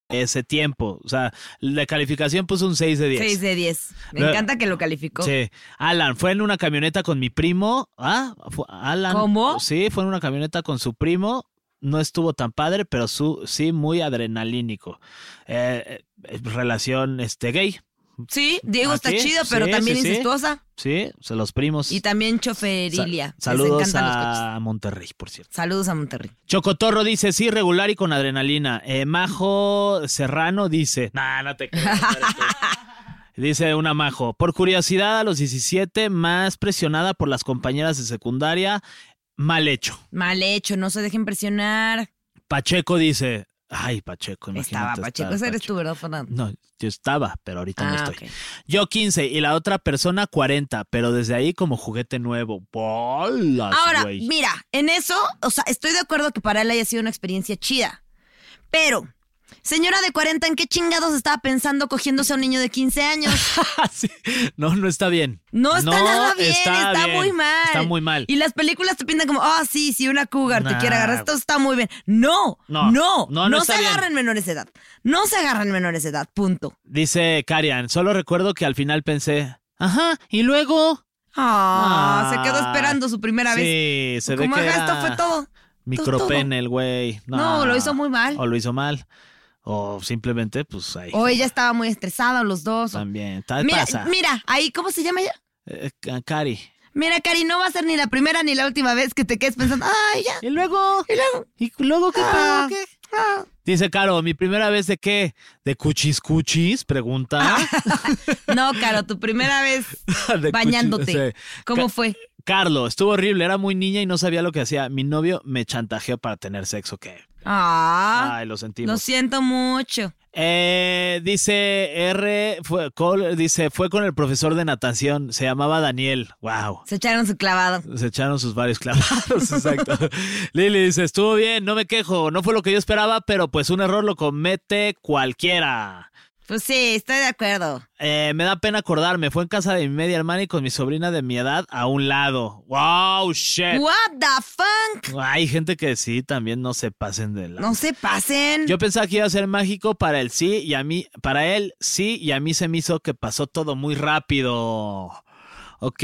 S1: ese tiempo. O sea, la calificación puso un 6 de 10.
S2: 6 de 10. Me
S1: Lo-
S2: encanta que lo calificó.
S1: Sí. Alan fue en una camioneta con mi primo. Ah, Fu- Alan.
S2: ¿Cómo?
S1: Sí, fue en una camioneta con su primo. No estuvo tan padre, pero su, sí muy adrenalínico. Eh, eh, relación este gay.
S2: Sí, Diego está
S1: Así es,
S2: chido, pero
S1: sí,
S2: también
S1: sí, sí.
S2: incestuosa.
S1: Sí, o sea, los primos.
S2: Y también
S1: Sa-
S2: choferilia. Les
S1: saludos
S2: encantan los coches.
S1: a Monterrey, por cierto.
S2: Saludos a Monterrey.
S1: Chocotorro dice, sí, regular y con adrenalina. Eh, Majo Serrano dice, nah, no te creo, no eres tú". Dice una Majo, por curiosidad a los 17, más presionada por las compañeras de secundaria, mal hecho.
S2: Mal hecho, no se dejen presionar.
S1: Pacheco dice, ay, Pacheco, imagínate.
S2: Estaba Pacheco,
S1: estar
S2: ese eres
S1: Pacheco".
S2: tú, ¿verdad, Fernando?
S1: No, yo estaba, pero ahorita no
S2: Ah,
S1: estoy.
S2: ok.
S1: Yo 15 y la otra persona 40, pero desde ahí como juguete nuevo. ¡Bolas,
S2: Ahora,
S1: güey!
S2: mira, en eso, o sea, estoy de acuerdo que para él haya sido una experiencia chida. Pero, señora de 40, ¿en qué chingados estaba pensando cogiéndose a un niño de 15 años?
S1: Sí. No, no está bien.
S2: No está nada bien, está,
S1: bien.
S2: muy mal.
S1: Está muy mal.
S2: Y las películas te pintan como, ah, sí, sí, una cougar te
S1: Nah.
S2: quiere agarrar, esto está muy bien. No,
S1: No,
S2: no,
S1: no,
S2: no,
S1: no
S2: se
S1: está bien.
S2: agarran menores de edad. No se agarran menores de edad, punto.
S1: Dice Karian, solo recuerdo que al final pensé, ajá, y luego...
S2: Ah,
S1: Ah.
S2: se quedó esperando su primera vez.
S1: Sí, se ve
S2: como,
S1: que
S2: "Ajá,
S1: era
S2: esto fue todo.
S1: Micropene el güey.
S2: No, lo hizo muy mal.
S1: O lo hizo mal. O simplemente, pues ahí.
S2: O ella estaba muy estresada, o los dos. o-
S1: También. Tal
S2: Mira,
S1: pasa.
S2: mira, ahí, ¿cómo se llama ella?
S1: Eh, Ka- Cari.
S2: Mira, Cari, no va a ser ni la primera ni la última vez que te quedes pensando, ay, ya.
S1: Y luego...
S2: Y luego,
S1: ¿Y luego qué
S2: ah,
S1: pedo? ¿Qué?
S2: ah.
S1: Dice Caro, ¿mi primera vez de qué? ¿De cuchis cuchis? Pregunta.
S2: Ah. No, Caro, tu primera vez
S1: De cuchi-
S2: bañándote.
S1: sí.
S2: ¿Cómo
S1: Ca-
S2: fue?
S1: Carlos, estuvo horrible, era muy niña y no sabía lo que hacía. Mi novio me chantajeó para tener sexo, que...
S2: Ah,
S1: Ay, lo sentimos.
S2: lo siento mucho.
S1: Eh, dice R, fue, col- dice, fue con el profesor de natación, se llamaba Daniel. Wow.
S2: Se echaron su clavado.
S1: Se echaron sus varios clavados, exacto. Lili dice, estuvo bien, no me quejo, no fue lo que yo esperaba, pero pues un error lo comete cualquiera.
S2: Pues sí, estoy de acuerdo.
S1: Eh, me da pena acordarme, fue en casa de mi media hermana y con mi sobrina de mi edad a un lado. Wow, shit.
S2: What the fuck?
S1: Hay gente que sí, también no se pasen de la...
S2: No se pasen.
S1: Yo pensaba que iba a ser mágico para el sí y a mí, para él sí y a mí se me hizo que pasó todo muy rápido. Ok,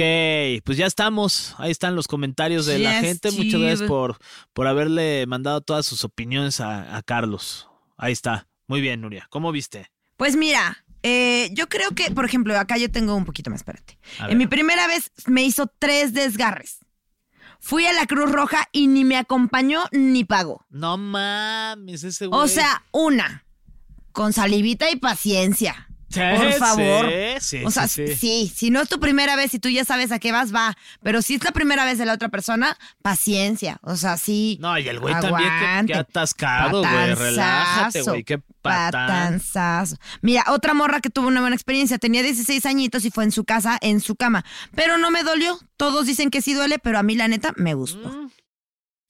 S1: pues ya estamos. Ahí están los comentarios de la
S2: Yes,
S1: gente. Muchas
S2: Steve.
S1: gracias por, por haberle mandado todas sus opiniones a, a Carlos. Ahí está. Muy bien, Nuria. ¿Cómo viste?
S2: Pues mira, eh, yo creo que, por ejemplo, acá yo tengo un poquito más, espérate.
S1: A ver.
S2: En mi primera vez me hizo tres desgarres. Fui a la Cruz Roja y ni me acompañó ni pagó.
S1: No mames, ese güey.
S2: O sea, una, con salivita y paciencia. Por
S1: Sí,
S2: favor.
S1: sí,
S2: o sea,
S1: sí, sí.
S2: si no es tu primera vez y tú ya sabes a qué vas, va. Pero si es la primera vez de la otra persona, paciencia. O sea, sí.
S1: No, y el güey también que- que
S2: aguante.
S1: atascado, güey. Relájate, güey, qué patán.
S2: Patanzazo. Mira, otra morra que tuvo una buena experiencia. Tenía 16 añitos y fue en su casa, en su cama. Pero no me dolió. Todos dicen que sí duele, pero a mí la neta me gustó.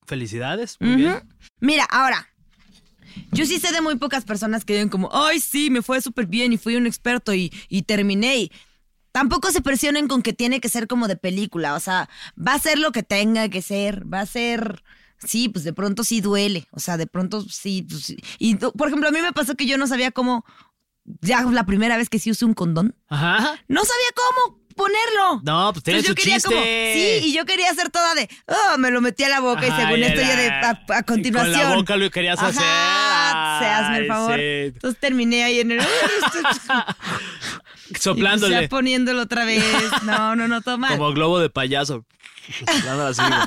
S1: Felicidades. Muy
S2: Ujú.
S1: bien.
S2: Mira, ahora. Yo sí sé de muy pocas personas que digan como, ay, sí, me fue súper bien y fui un experto y, y terminé. y- tampoco se presionen con que tiene que ser como de película. O sea, va a ser lo que tenga que ser. Va a ser. Sí, pues de pronto sí duele. O sea, de pronto sí. pues sí. Y tú- por ejemplo, a mí me pasó que yo no sabía cómo. Ya la primera vez que sí usé un condón,
S1: Ajá.
S2: no sabía cómo ponerlo.
S1: No, pues tiene
S2: Entonces
S1: su
S2: yo quería
S1: chiste.
S2: como, sí, y yo quería hacer toda de, oh, me lo metí a la boca y
S1: Ay,
S2: según esto
S1: era-
S2: ya de, a, a
S1: y
S2: continuación.
S1: con la boca lo querías
S2: Ajá,
S1: hacer.
S2: se hazme
S1: Ay,
S2: el favor.
S1: sí.
S2: Entonces terminé ahí en el,
S5: pues,
S1: Soplándole.
S2: ya poniéndolo otra vez. No, no, no, toma.
S1: Como globo de payaso. Dándole así, güey.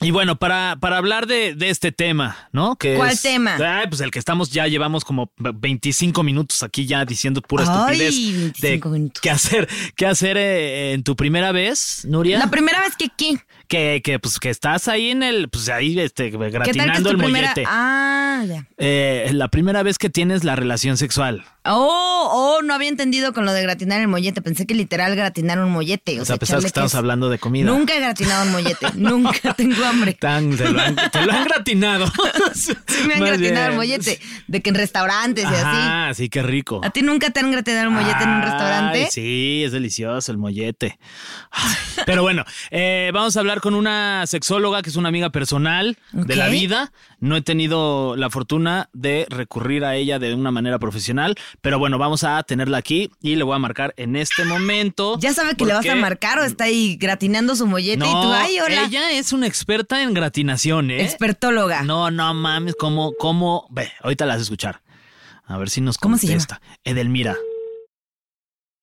S1: Y bueno, para, para hablar de, de este tema, ¿no? Que
S5: ¿Cuál
S1: es-
S5: tema?
S1: Ay, pues el que estamos ya llevamos como 25 minutos aquí ya diciendo pura
S5: Ay,
S1: estupidez. de
S5: 25 minutos.
S1: ¿Qué hacer? ¿Qué hacer eh, en tu primera vez, Nuria?
S5: La primera vez que aquí.
S1: que, que, pues, que estás ahí en el, pues ahí este,
S5: ¿Qué tal que es
S1: gratinando
S5: tu
S1: el
S5: primera?
S1: mollete.
S5: Ah, ya.
S1: Eh, la primera vez que tienes la relación sexual.
S5: Oh, oh, no había entendido con lo de gratinar el mollete. Pensé que literal gratinar un mollete. O,
S1: O
S5: sea,
S1: sea, pensabas
S5: echarle
S1: que estamos
S5: Pues queso.
S1: hablando de comida.
S5: Nunca he gratinado un mollete. Nunca tengo hambre.
S1: Tan- te, lo han, te lo han gratinado.
S5: Sí me han
S1: Más
S5: gratinado el
S1: bien.
S5: mollete. De que en restaurantes y así.
S1: Ajá, sí, qué rico.
S5: ¿A ti nunca te han gratinado un mollete en un
S1: Ay,
S5: restaurante?
S1: sí, es delicioso el mollete. Ay, Pero bueno, eh, vamos a hablar con una sexóloga que es una amiga personal de la
S5: Ok.
S1: vida. No he tenido la fortuna de recurrir a ella de una manera profesional, pero bueno, vamos a tenerla aquí y le voy a marcar en este momento.
S5: ¿Ya sabe que le vas
S1: porque-
S5: a marcar o está ahí gratinando su mollete y tú, ay, hola.
S1: ella es una experta en gratinación, ¿eh?
S5: Expertóloga.
S1: No, no mames, ¿cómo, cómo? Ve, ahorita la vas a escuchar. A ver si nos
S5: ¿Cómo se llama?
S1: contesta. Edelmira.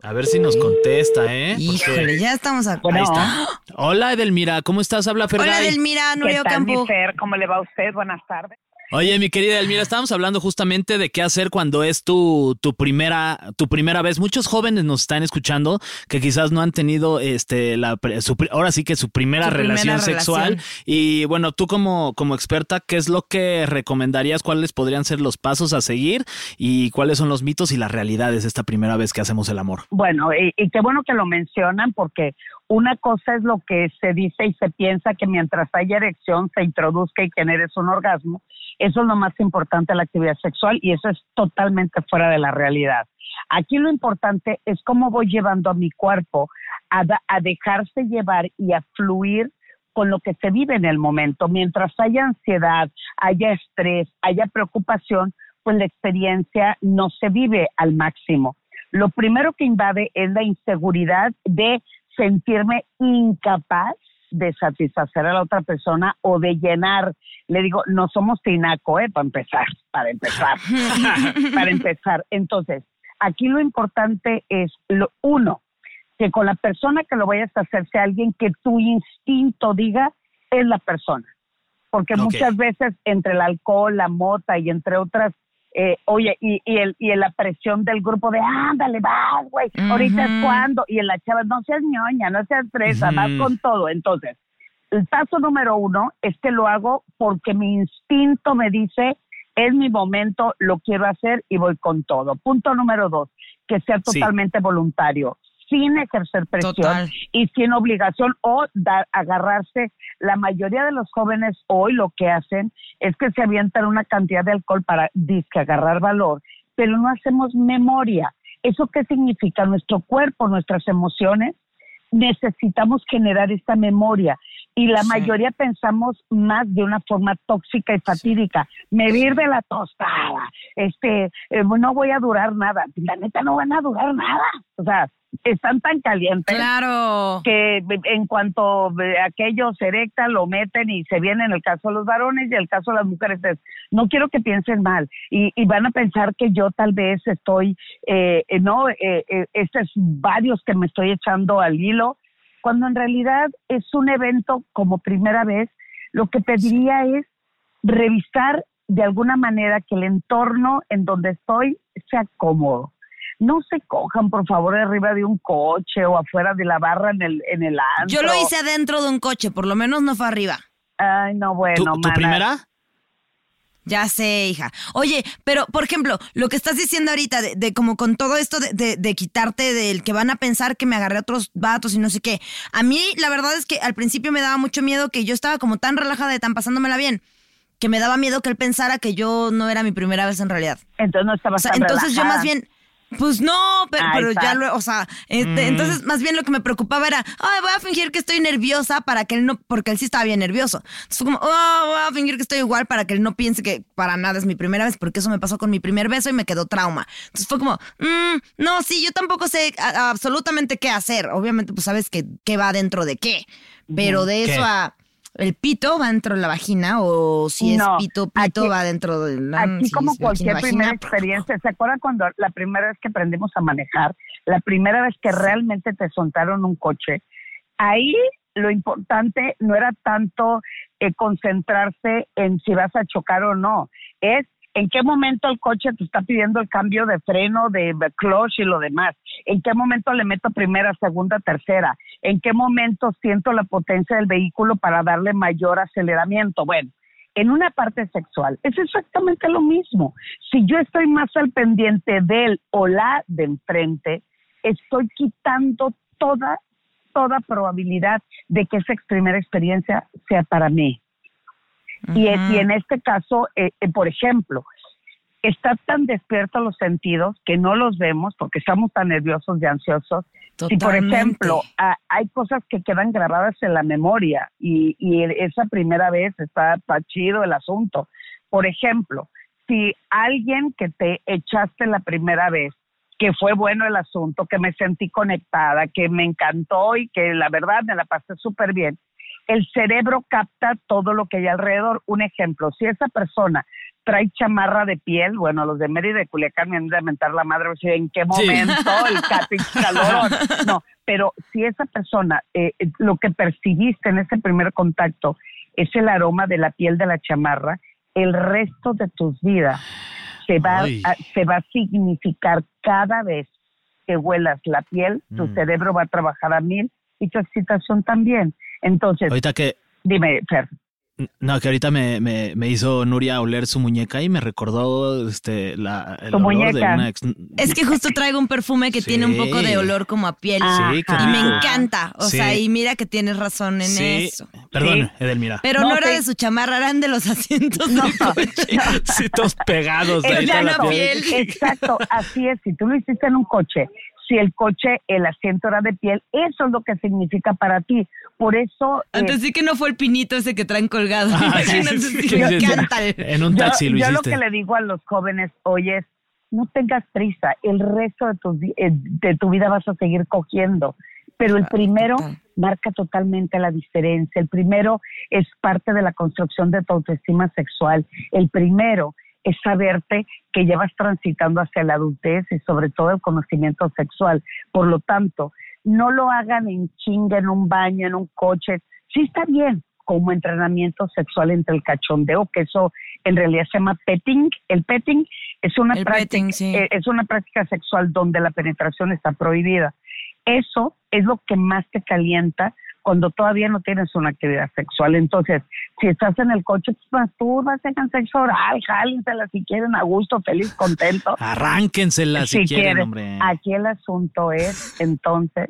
S1: A ver si nos contesta, ¿eh. Porque-
S5: Híjole, ya estamos a
S1: Ahí
S2: Bueno. ah,
S1: está. Hola, Edelmira, ¿cómo estás? Habla Fergay.
S5: Hola, Delmira, Nurio
S2: ¿Qué tal,
S5: Campo.
S2: mi Fer? ¿Cómo le va a usted? Buenas tardes.
S1: Oye, mi querida Edelmira, estábamos hablando justamente de qué hacer cuando es tu, tu primera tu primera vez. Muchos jóvenes nos están escuchando que quizás no han tenido este la pre- su pri- ahora sí que su primera
S5: Su primera
S1: relación sexual
S5: relación.
S1: y bueno, tú como como experta, ¿qué es lo que recomendarías? ¿Cuáles podrían ser los pasos a seguir y cuáles son los mitos y las realidades de esta primera vez que hacemos el amor?
S2: Bueno, y, y qué bueno que lo mencionan porque una cosa es lo que se dice y se piensa que mientras haya erección se introduzca y generes un orgasmo. Eso es lo más importante de la actividad sexual y eso es totalmente fuera de la realidad. Aquí lo importante es cómo voy llevando a mi cuerpo a, da- a dejarse llevar y a fluir con lo que se vive en el momento. Mientras haya ansiedad, haya estrés, haya preocupación, pues la experiencia no se vive al máximo. Lo primero que invade es la inseguridad de sentirme incapaz de satisfacer a la otra persona o de llenar. Le digo, no somos tinaco, ¿eh? Para empezar, para empezar, para empezar. Entonces, aquí lo importante es, lo, uno, que con la persona que lo vayas a hacer sea alguien que tu instinto diga es la persona. Porque
S1: Ok.
S2: muchas veces entre el alcohol, la mota y entre otras, eh, oye, y, y, el, y la presión del grupo de, ándale, vas, güey, ahorita es
S5: Ujú.
S2: cuando, y en la chava, no seas ñoña, no seas fresa, vas
S1: Ujú.
S2: con todo. Entonces, el paso número uno es que lo hago porque mi instinto me dice, es mi momento, lo quiero hacer y voy con todo. Punto número dos, que sea
S1: Sí.
S2: totalmente voluntario, sin ejercer presión
S5: Total.
S2: y sin obligación o dar, agarrarse. La mayoría de los jóvenes hoy lo que hacen es que se avientan una cantidad de alcohol para disque agarrar valor, pero no hacemos memoria. ¿Eso qué significa? Nuestro cuerpo, nuestras emociones, necesitamos generar esta memoria. Y la mayoría pensamos más de una forma tóxica y fatídica. Me de la tostada. Este, eh, no voy a durar nada. La neta no van a durar nada. O sea, están tan calientes
S5: Claro.
S2: que en cuanto aquellos erectan, lo meten y se viene en el caso de los varones y el caso de las mujeres es, no quiero que piensen mal y, y van a pensar que yo tal vez estoy, eh, eh, no, eh, eh, estos varios que me estoy echando al hilo, cuando en realidad es un evento como primera vez, lo que pediría es revisar de alguna manera que el entorno en donde estoy sea cómodo. No se cojan, por favor, arriba de un coche o afuera de la barra en el, en el antro.
S5: Yo lo hice adentro de un coche, por lo menos no fue arriba.
S2: Ay, no, bueno,
S1: ¿Tu, tu
S2: mana.
S1: primera?
S5: Ya sé, hija. Oye, pero por ejemplo, lo que estás diciendo ahorita, de, de como con todo esto de, de- de quitarte del que van a pensar que me agarré a otros vatos y no sé qué. A mí, la verdad es que al principio me daba mucho miedo que yo estaba como tan relajada de tan pasándomela bien, que me daba miedo que él pensara que yo no era mi primera vez en realidad.
S2: Entonces no
S5: O
S2: estabas
S5: sea,
S2: tan
S5: entonces yo
S2: relajada.
S5: más bien, pues no, pero,
S2: Ahí
S5: pero ya
S2: está.
S5: luego, o sea, este, entonces más bien lo que me preocupaba era, ay, voy a fingir que estoy nerviosa para que él no, porque él sí estaba bien nervioso. Entonces fue como, oh, voy a fingir que estoy igual para que él no piense que para nada es mi primera vez, porque eso me pasó con mi primer beso y me quedó trauma. Entonces fue como, "Mm, no, sí, yo tampoco sé a- absolutamente qué hacer. Obviamente, pues sabes que, qué va dentro de qué, pero de
S1: ¿Qué?
S5: eso a... El pito va dentro de la vagina o si es
S2: No,
S5: pito, pito
S2: aquí-
S5: va mm, dentro de
S3: um,
S5: la
S2: Aquí
S5: si
S2: como
S5: es vagina,
S2: cualquier primera
S5: vagina,
S2: experiencia, ¿se acuerdan cuando la primera vez que aprendimos a manejar, la primera vez que realmente te soltaron un coche? Ahí lo importante no era tanto eh, concentrarse en si vas a chocar o no, es en qué momento el coche te está pidiendo el cambio de freno, de de clutch y lo demás, en qué momento le meto primera, segunda, tercera, en qué momento siento la potencia del vehículo para darle mayor aceleramiento. Bueno, en una parte sexual. Es exactamente lo mismo. Si yo estoy más al pendiente del o la de enfrente, estoy quitando toda, toda probabilidad de que esa ex- primera experiencia sea para mí. Y, e- y en este caso, eh, eh, por ejemplo, está tan despiertos los sentidos que no los vemos porque estamos tan nerviosos y ansiosos. Si, por
S3: Totalmente.
S2: ejemplo, a- hay cosas que quedan grabadas en la memoria y, y esa primera vez está, está chido el asunto. Por ejemplo, si alguien que te echaste la primera vez, que fue bueno el asunto, que me sentí conectada, que me encantó y que la verdad me la pasé súper bien, el cerebro capta todo lo que hay alrededor. Un ejemplo, si esa persona trae chamarra de piel, bueno, los de Mérida y de Culiacán me han de mentar la madre, o sea, ¿en qué
S1: Sí.
S2: momento el capi calorón? No, pero si esa persona, eh, eh, lo que percibiste en ese primer contacto es el aroma de la piel de la chamarra, el resto de tus vidas se va,
S1: Ay.
S2: a, se va a significar cada vez que huelas la piel, tu
S1: Mm.
S2: cerebro va a trabajar a mil y tu excitación también. Entonces,
S1: Ahorita que
S2: dime, Fer,
S1: No, que ahorita me, me, me hizo Nuria oler su muñeca y me recordó este la el
S2: Tu
S1: olor de
S2: muñeca.
S1: una ex.
S3: Es que justo traigo un perfume que tiene un poco de
S1: Sí.
S3: olor como a piel.
S1: Sí, qué
S3: Y me
S1: rico.
S3: encanta. O
S1: Sí.
S3: sea, y mira que tienes razón en
S1: sí.
S3: eso.
S1: Perdón,
S2: Sí.
S1: Edelmira.
S3: Pero no,
S2: No,
S3: era
S2: sí.
S3: de su chamarra, eran de los asientos del coche.
S1: Sí, todos pegados de ahí
S3: Exacto.
S1: toda la
S3: Era
S1: piel.
S3: piel.
S2: Exacto, así es. Si tú lo hiciste en un coche, si el coche, el asiento era de piel, eso es lo que significa para ti. Por eso. eh,
S3: Antes sí que no fue el pinito ese que traen colgado.
S1: Ah, sí,
S3: Imagínate,
S1: sí, sí,
S3: sí,
S1: sí,
S3: me
S1: sí, sí.
S3: encanta el-
S1: En un
S2: yo-
S1: taxi lo
S2: yo,
S1: hiciste.
S2: lo que le digo a los jóvenes hoy es, no tengas prisa, el resto de tu, di- eh, de tu vida vas a seguir cogiendo. Pero el primero
S3: total.
S2: marca totalmente la diferencia. El primero es parte de la construcción de tu autoestima sexual. El primero es saberte que ya vas transitando hacia la adultez y sobre todo el conocimiento sexual. Por lo tanto, no lo hagan en chinga, en un baño, en un coche. Sí está bien como entrenamiento sexual entre el cachondeo, que eso en realidad se llama petting. El petting es una,
S3: El
S2: práctica,
S3: petting, sí.
S2: eh, es una práctica sexual donde la penetración está prohibida. Eso es lo que más te calienta cuando todavía no tienes una actividad sexual. Entonces, si estás en el coche, pues tú vas a sexo oral, jálensela si quieren, a gusto, feliz, contento.
S1: Arránquensela si, quieren,
S2: quieres.
S1: hombre.
S2: Aquí el asunto es, entonces,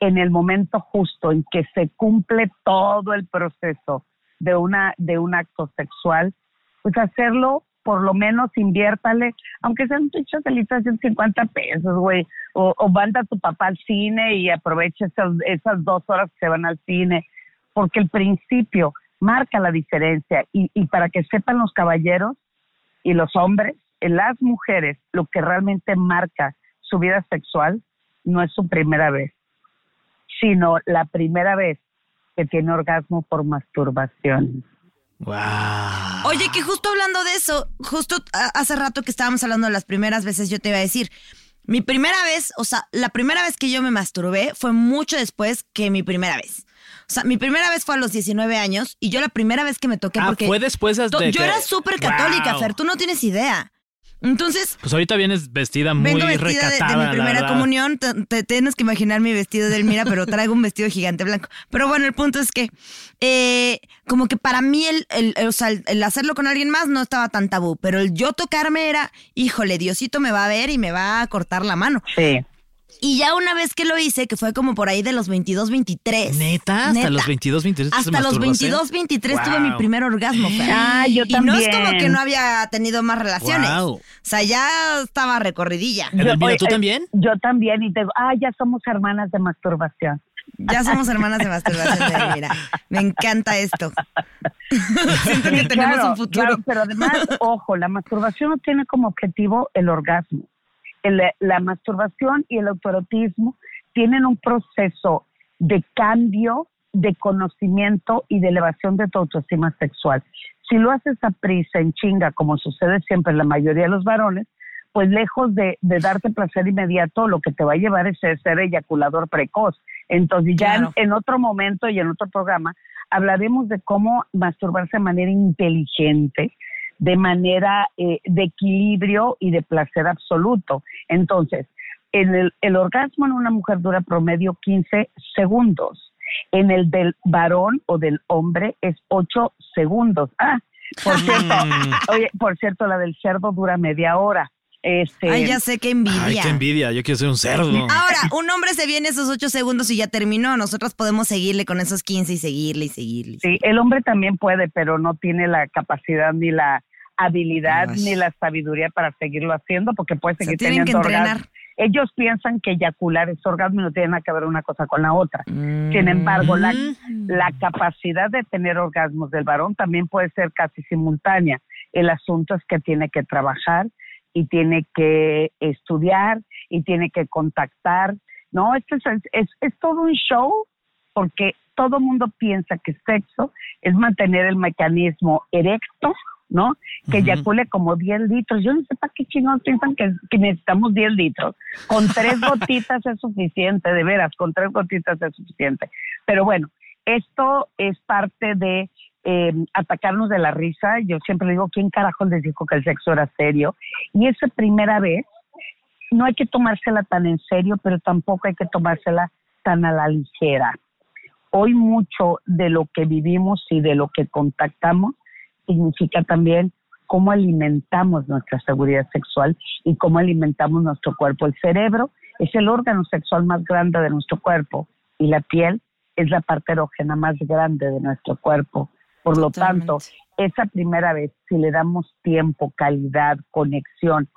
S2: en el momento justo en que se cumple todo el proceso de una de un acto sexual, pues hacerlo, por lo menos inviértale, aunque sean pinches delitas de 50 pesos, güey, o, o manda a tu papá al cine y aprovecha esas, esas dos horas que se van al cine, porque el principio marca la diferencia y, y para que sepan los caballeros, y los hombres, en las mujeres, lo que realmente marca su vida sexual no es su primera vez, sino la primera vez que tiene orgasmo por masturbación.
S1: Guau.
S3: Oye, que justo hablando de eso, justo a- hace rato que estábamos hablando de las primeras veces, yo te iba a decir, mi primera vez, o sea, la primera vez que yo me masturbé fue mucho después que mi primera vez. O sea, mi primera vez fue a los 19 años y yo la primera vez que me toqué
S1: Ah,
S3: porque
S1: fue después de
S3: to- yo
S1: que-
S3: era súper católica,
S1: Guau.
S3: Fer, tú no tienes idea. Entonces,
S1: Pues ahorita vienes vestida muy
S3: vengo vestida de- de,
S1: recatada,
S3: mi
S1: la
S3: primera
S1: verdad.
S3: comunión, te, te tienes que imaginar mi vestido de Elmira, pero traigo un vestido gigante blanco. Pero bueno, el punto es que eh, como que para mí el, el- el- o sea, el- el hacerlo con alguien más no estaba tan tabú, pero el yo tocarme era, híjole, Diosito me va a ver y me va a cortar la mano.
S2: Sí.
S3: Y ya una vez que lo hice, que fue como por ahí de los 22, 23.
S1: Neta, hasta los 22, 23 te
S3: Hasta los
S1: masturbaste.
S3: 22, 23 tuve mi
S1: Guau.
S3: primer orgasmo. Fer.
S2: Ah, yo
S3: Y no es como
S2: también.
S3: que no había tenido más relaciones.
S1: Guau.
S3: O sea, ya estaba recorridilla.
S1: Edelmira,
S2: oye,
S1: ¿tú
S2: eh,
S1: también?
S2: Yo también, y te digo, ah, ya somos hermanas de masturbación.
S3: Ya somos hermanas de masturbación, de mira. Me encanta esto. Siento que
S2: Sí,
S3: tenemos
S2: claro,
S3: un futuro.
S2: claro, pero además, ojo, la masturbación no tiene como objetivo el orgasmo. El- la masturbación y el autoerotismo tienen un proceso de cambio, de conocimiento y de elevación de tu autoestima sexual. Si lo haces a prisa, en chinga, como sucede siempre en la mayoría de los varones, pues lejos de, de darte placer inmediato, lo que te va a llevar es a ser eyaculador precoz. Entonces ya en-
S3: Claro.
S2: en, otro momento y en otro programa hablaremos de cómo masturbarse de manera inteligente, de manera eh, de equilibrio y de placer absoluto. Entonces, en el, el orgasmo en una mujer dura promedio 15 segundos. En el del varón o del hombre es 8 segundos. Ah, por cierto, oye, por cierto, la del cerdo dura media hora. Este,
S3: Ay, ya sé qué envidia.
S1: Ay, qué envidia. Yo quiero ser un cerdo.
S3: Ahora, un hombre se viene esos ocho segundos y ya terminó. Nosotros podemos seguirle con esos 15 y seguirle y seguirle.
S2: Sí, el hombre también puede, pero no tiene la capacidad ni la habilidad
S3: Ay.
S2: ni la sabiduría para seguirlo haciendo porque puede
S3: Se
S2: seguir
S3: tienen que
S2: teniendo orgasmo.
S3: entrenar.
S2: Ellos piensan que eyacular es orgasmo y no tiene nada que ver una cosa con la otra.
S3: Mm.
S2: Sin embargo, la, la capacidad de tener orgasmos del varón también puede ser casi simultánea. El asunto es que tiene que trabajar y tiene que estudiar y tiene que contactar. No, esto es, es, es todo un show porque todo mundo piensa que sexo es mantener el mecanismo erecto, ¿no? Que eyacule como 10 litros. Yo no sé para qué chingados piensan que, que necesitamos 10 litros. Con tres gotitas es suficiente, de veras, con tres gotitas es suficiente. Pero bueno, esto es parte de eh, atacarnos de la risa. Yo siempre digo, ¿quién carajo les dijo que el sexo era serio? Y esa primera vez no hay que tomársela tan en serio, pero tampoco hay que tomársela tan a la ligera. Hoy mucho de lo que vivimos y de lo que contactamos significa también cómo alimentamos nuestra seguridad sexual y cómo alimentamos nuestro cuerpo. El cerebro es el órgano sexual más grande de nuestro cuerpo y la piel es la parte erógena más grande de nuestro cuerpo. Por lo tanto, esa primera vez, si le damos tiempo, calidad, conexión,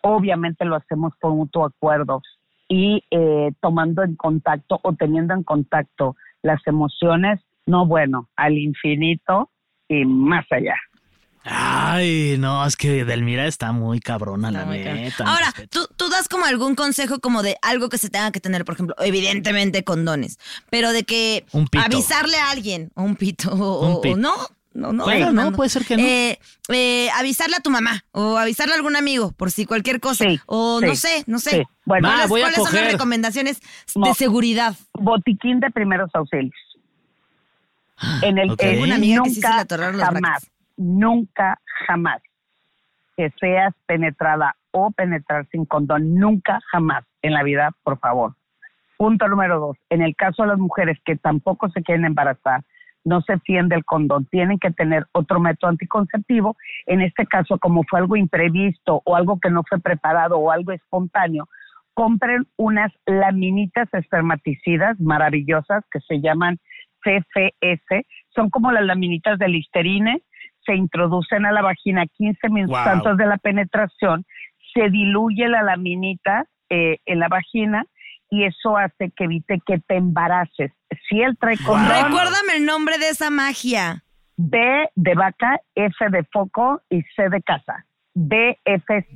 S2: obviamente lo hacemos por mutuo acuerdo y eh, tomando en contacto o teniendo en contacto las emociones, no bueno, al infinito y eh, más allá.
S1: Ay, no, es que Delmira está muy cabrona, la neta. mi
S3: Ahora,
S1: respeto.
S3: ¿tú, tú das como algún consejo como de algo que se tenga que tener, por ejemplo, evidentemente condones, pero de que
S1: Un pito.
S3: avisarle a alguien, o un pito, o,
S1: Un
S3: o- o
S1: pito.
S3: no. No, no,
S1: Bueno,
S3: Fernando.
S1: no, puede ser que no.
S3: Eh, eh, avisarle a tu mamá o avisarle a algún amigo por si cualquier cosa.
S2: Sí,
S3: o no
S2: sí,
S3: sé, no sé.
S2: sí. Bueno,
S1: Ma,
S3: ¿Cuáles,
S1: Ah, voy a
S3: cuáles son las
S1: coger.
S3: recomendaciones de
S2: No.
S3: seguridad?
S2: botiquín de primeros auxilios. En el
S1: ok.
S2: que
S1: Tengo una
S3: amiga que sí se le
S2: nunca,
S3: atoraron los
S2: jamás,
S3: brackets.
S2: nunca, jamás que seas penetrada o penetrar sin condón, nunca, jamás en la vida, por favor. Punto número dos, en el caso de las mujeres que tampoco se quieren embarazar, no se tiende el condón, tienen que tener otro método anticonceptivo. En este caso, como fue algo imprevisto o algo que no fue preparado o algo espontáneo, compren unas laminitas espermaticidas maravillosas que se llaman CFS. Son como las laminitas de Listerine, se introducen a la vagina 15 minutos
S1: Wow.
S2: antes de la penetración, se diluye la laminita eh, en la vagina y eso hace que evite que te embaraces. Si él trae condón,
S3: Recuérdame el nombre de esa magia.
S2: B de vaca, F de foco y C de casa. BFC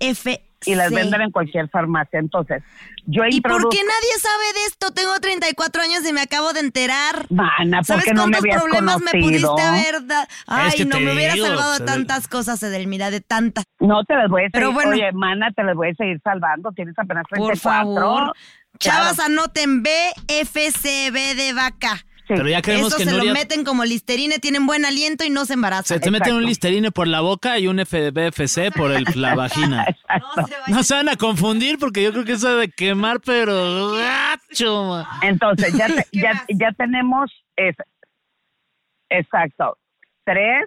S3: BFC.
S2: y las venden en cualquier farmacia. Entonces, yo
S3: ¿Y por
S2: introduzco-
S3: qué nadie sabe de esto? Tengo 34 años y me acabo de enterar.
S2: Mana, ¿por
S3: ¿Sabes
S2: qué no me
S3: cuántos
S2: habías
S3: problemas me
S2: conocido?
S3: pudiste haber dado? Ay,
S1: que
S3: no,
S1: te
S3: me hubiera
S1: digo,
S3: salvado
S1: se-
S3: tantas cosas, Edelmira, de tantas.
S2: No te las voy a
S3: Pero
S2: seguir,
S3: bueno.
S2: oye, mana, te las voy a seguir salvando. Tienes apenas 34.
S3: Por favor. Chavas,
S2: Claro.
S3: anoten BFCB de vaca.
S2: Sí.
S1: Pero ya creemos
S3: Eso
S1: que
S3: se
S1: Nuria
S3: lo meten como listerine, tienen buen aliento y no se
S1: se
S3: embarazan.
S1: te mete un
S2: Exacto.
S1: listerine por la boca y un FBFC por el, la vagina.
S3: No se vayan.
S1: No se van a confundir porque yo creo que eso de quemar, pero ¡ah, gacho. ma.
S2: Entonces, ya, te- ya, ya tenemos. es- exacto. Tres,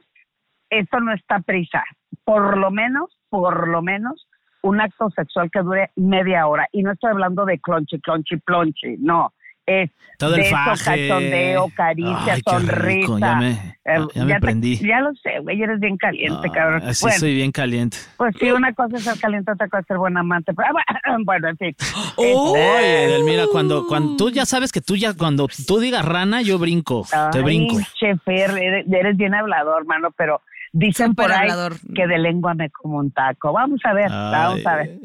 S2: esto no está prisa. Por lo menos, por lo menos, un acto sexual que dure media hora. Y no estoy hablando de clonchi, clonchi, plonchi. No. Es
S1: Todo el
S2: beso,
S1: faje.
S2: cachondeo, caricia,
S1: Ay, qué
S2: sonrisa.
S1: rico, ya me-
S2: Eh,
S1: ya me
S2: te-
S1: prendí.
S2: ya lo sé, güey, eres bien caliente,
S1: Ah,
S2: cabrón.
S1: Así
S2: Bueno,
S1: soy bien caliente.
S2: Pues sí, una cosa es ser caliente, otra cosa es ser buen amante. Pero, ah, bueno, en fin. Este,
S1: Oye, Edelmira, cuando, cuando tú ya sabes que tú ya, cuando tú digas rana, yo brinco. te
S2: Ay,
S1: brinco.
S2: Chefer, eres, eres bien hablador, hermano, pero dicen
S3: Súper
S2: por ahí
S3: hablador.
S2: que de lengua me como un taco. Vamos a ver, vamos a ver.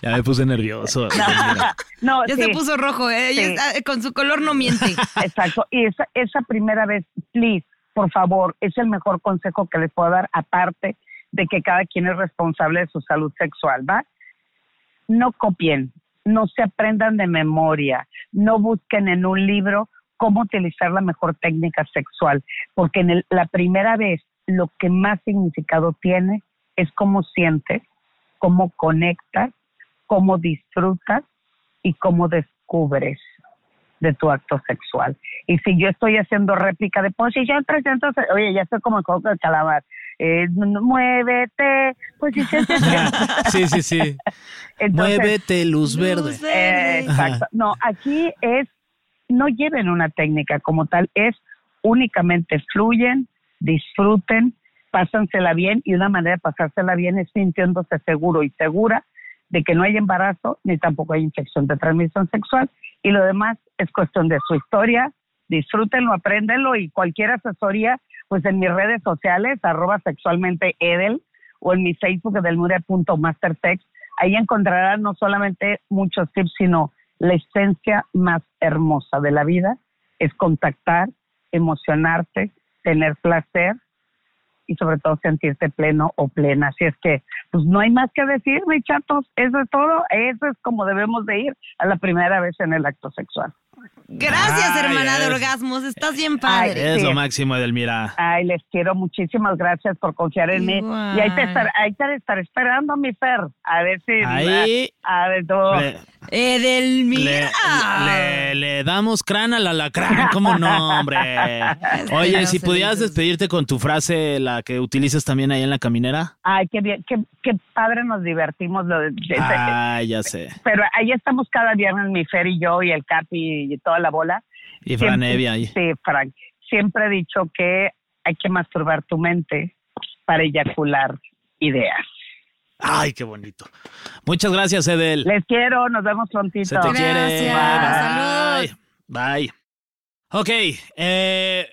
S1: ya me puse nervioso. Edelmira.
S2: No,
S3: Ya
S2: sí,
S3: se puso rojo, ¿eh?
S2: Sí.
S3: Ya está- con su color no miente.
S2: exacto. Y esa, esa primera vez, please, por favor, es el mejor consejo que les puedo dar, aparte de que cada quien es responsable de su salud sexual, ¿va? no copien, no se aprendan de memoria, no busquen en un libro cómo utilizar la mejor técnica sexual, porque en el- la primera vez lo que más significado tiene es cómo sientes, cómo conectas, cómo disfrutas y cómo descubres de tu acto sexual. Y si yo estoy haciendo réplica de "Pues, posición 300, oye, ya estoy como el coco de calamar. Eh, n- muévete, pues, posición 300.
S1: Sí, sí, sí.
S2: Entonces,
S1: Muévete, luz verde.
S2: eh,
S5: Luz verde.
S2: exacto. No, aquí es, no lleven una técnica como tal, es únicamente fluyen, disfruten, pásensela bien y una manera de pasársela bien es sintiéndose seguro y segura de que no hay embarazo ni tampoco hay infección de transmisión sexual y lo demás es cuestión de su historia, disfrútenlo, apréndenlo y cualquier asesoría, pues en mis redes sociales, arroba sexualmente edel o en mi Facebook edelmuria.mastersex, ahí encontrarán no solamente muchos tips, sino la esencia más hermosa de la vida es contactar, emocionarte, tener placer y sobre todo sentirte pleno o plena. Así es que, pues no hay más que decir, mis chatos, eso es todo, eso es como debemos de ir a la primera vez en el acto sexual.
S5: Gracias,
S1: Ay,
S5: hermana de
S1: es-
S5: orgasmos. Estás bien padre.
S1: Es
S2: Sí.
S1: lo máximo, Edelmira.
S2: Ay, les quiero muchísimas gracias por confiar en mí. Y ahí te, estar, ahí te estaré esperando, mi Fer. A ver si...
S1: Ahí.
S2: A ver, no.
S1: Le, le,
S5: Edelmira.
S1: le- le damos crán al alacrán, ¿cómo no, hombre? Oye,
S5: que
S1: si
S5: no,
S1: pudieras
S5: felices.
S1: despedirte con tu frase, la que utilizas también ahí en la caminera.
S2: Ay, qué bien, qué, qué padre nos divertimos. Lo de- de-
S1: Ay, ya sé.
S2: Pero ahí estamos cada viernes, mi Fer y yo, y el Capi y toda la bola.
S1: Y Fran
S2: Siempre-
S1: Evia ahí.
S2: Sí, Frank. Siempre he dicho que hay que masturbar tu mente para eyacular ideas.
S1: Ay, qué bonito. Muchas gracias, Edel.
S2: Les quiero, nos vemos prontito.
S1: Se te quiere. Bye.
S5: Gracias,
S1: Bye. Ok, eh,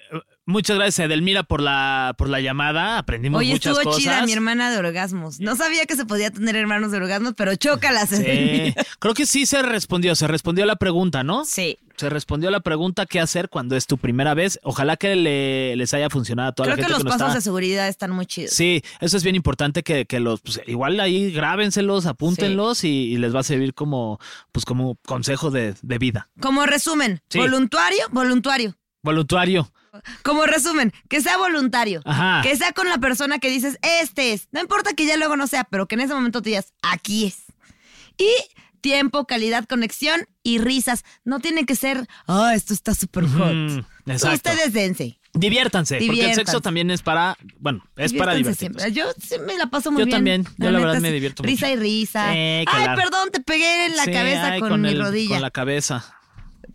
S1: muchas gracias Edelmira por la, por la llamada, aprendimos
S5: Oye,
S1: muchas
S5: estuvo
S1: cosas.
S5: chida mi hermana de orgasmos. No sabía que se podía tener hermanos de orgasmos, pero chócalas.
S1: Sí, creo que sí se respondió, se respondió a la pregunta, ¿no?
S5: sí.
S1: Se respondió a la pregunta qué hacer cuando es tu primera vez. Ojalá que le- les haya funcionado a toda
S5: Creo
S1: la
S5: que
S1: gente
S5: los
S1: que nos
S5: pasos
S1: está-
S5: de seguridad están muy chidos.
S1: Sí, eso es bien importante que, que los, pues, igual ahí grábenselos, apúntenlos y, y les va a servir como, pues como consejo de, de vida.
S5: Como resumen,
S1: Sí.
S5: voluntario, voluntario.
S1: Voluntario.
S5: Como resumen, que sea voluntario.
S1: Ajá.
S5: Que sea con la persona que dices, este es. No importa que ya luego no sea, pero que en ese momento te digas, aquí es. Y tiempo, calidad, conexión y risas. No tiene que ser, ah, esto está súper hot.
S1: Mm, exacto.
S5: Ustedes dense.
S1: Diviértanse, porque el
S5: Diviértanse.
S1: sexo también es para, bueno, es para
S5: Diviértanse
S1: divertirnos.
S5: siempre. Yo sí me la paso muy
S1: Yo
S5: bien.
S1: también. Yo la verdad
S5: neta,
S1: me
S5: sí.
S1: divierto
S5: Risa
S1: mucho.
S5: y risa.
S1: Sí,
S5: ay,
S1: claro.
S5: perdón, te pegué en la
S1: Sí,
S5: cabeza
S1: ay,
S5: con, mi
S1: el-
S5: rodilla.
S1: Con la cabeza.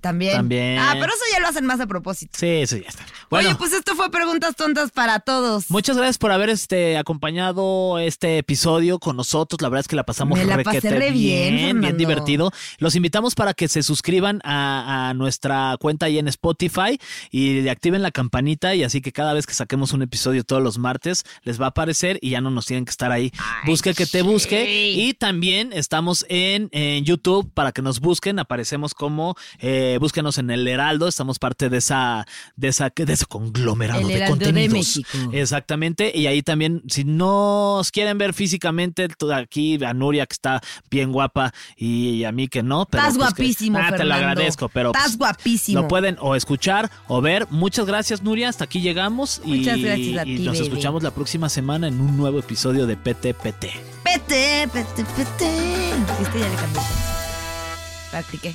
S5: También.
S1: También.
S5: Ah, pero eso ya lo hacen más a propósito.
S1: Sí, eso ya está. Bueno,
S5: Oye, pues esto fue preguntas tontas para todos.
S1: muchas gracias por haber este, acompañado este episodio con nosotros. La verdad es que la pasamos
S5: Me la
S1: requete
S5: pasé re bien,
S1: bien, bien
S5: Fernando.
S1: divertido. Los invitamos para que se suscriban a, a nuestra cuenta ahí en Spotify y le activen la campanita y así que cada vez que saquemos un episodio todos los martes les va a aparecer y ya no nos tienen que estar ahí. Busque que te busque y también estamos en, en YouTube para que nos busquen. Aparecemos como eh, búsquenos en El Heraldo. Estamos parte de esa de esa de ese conglomerado
S5: El
S1: de
S5: Heraldo de
S1: contenidos.
S5: México.
S1: Exactamente, y ahí también, si no os quieren ver físicamente, tú- aquí a Nuria que está bien guapa y a mí que no. Pero
S5: Estás
S1: pues, que-
S5: guapísimo,
S1: Ah, te lo
S5: Fernando.
S1: agradezco, pero.
S5: Estás
S1: pues,
S5: guapísimo.
S1: Lo pueden o escuchar o ver. Muchas gracias, Nuria. Hasta aquí llegamos y,
S5: Muchas gracias a
S1: y
S5: ti,
S1: nos
S5: baby.
S1: escuchamos la próxima semana en un nuevo episodio de PTPT.
S5: Pete, pete, pete. Viste, ya le cambié. Practiqué.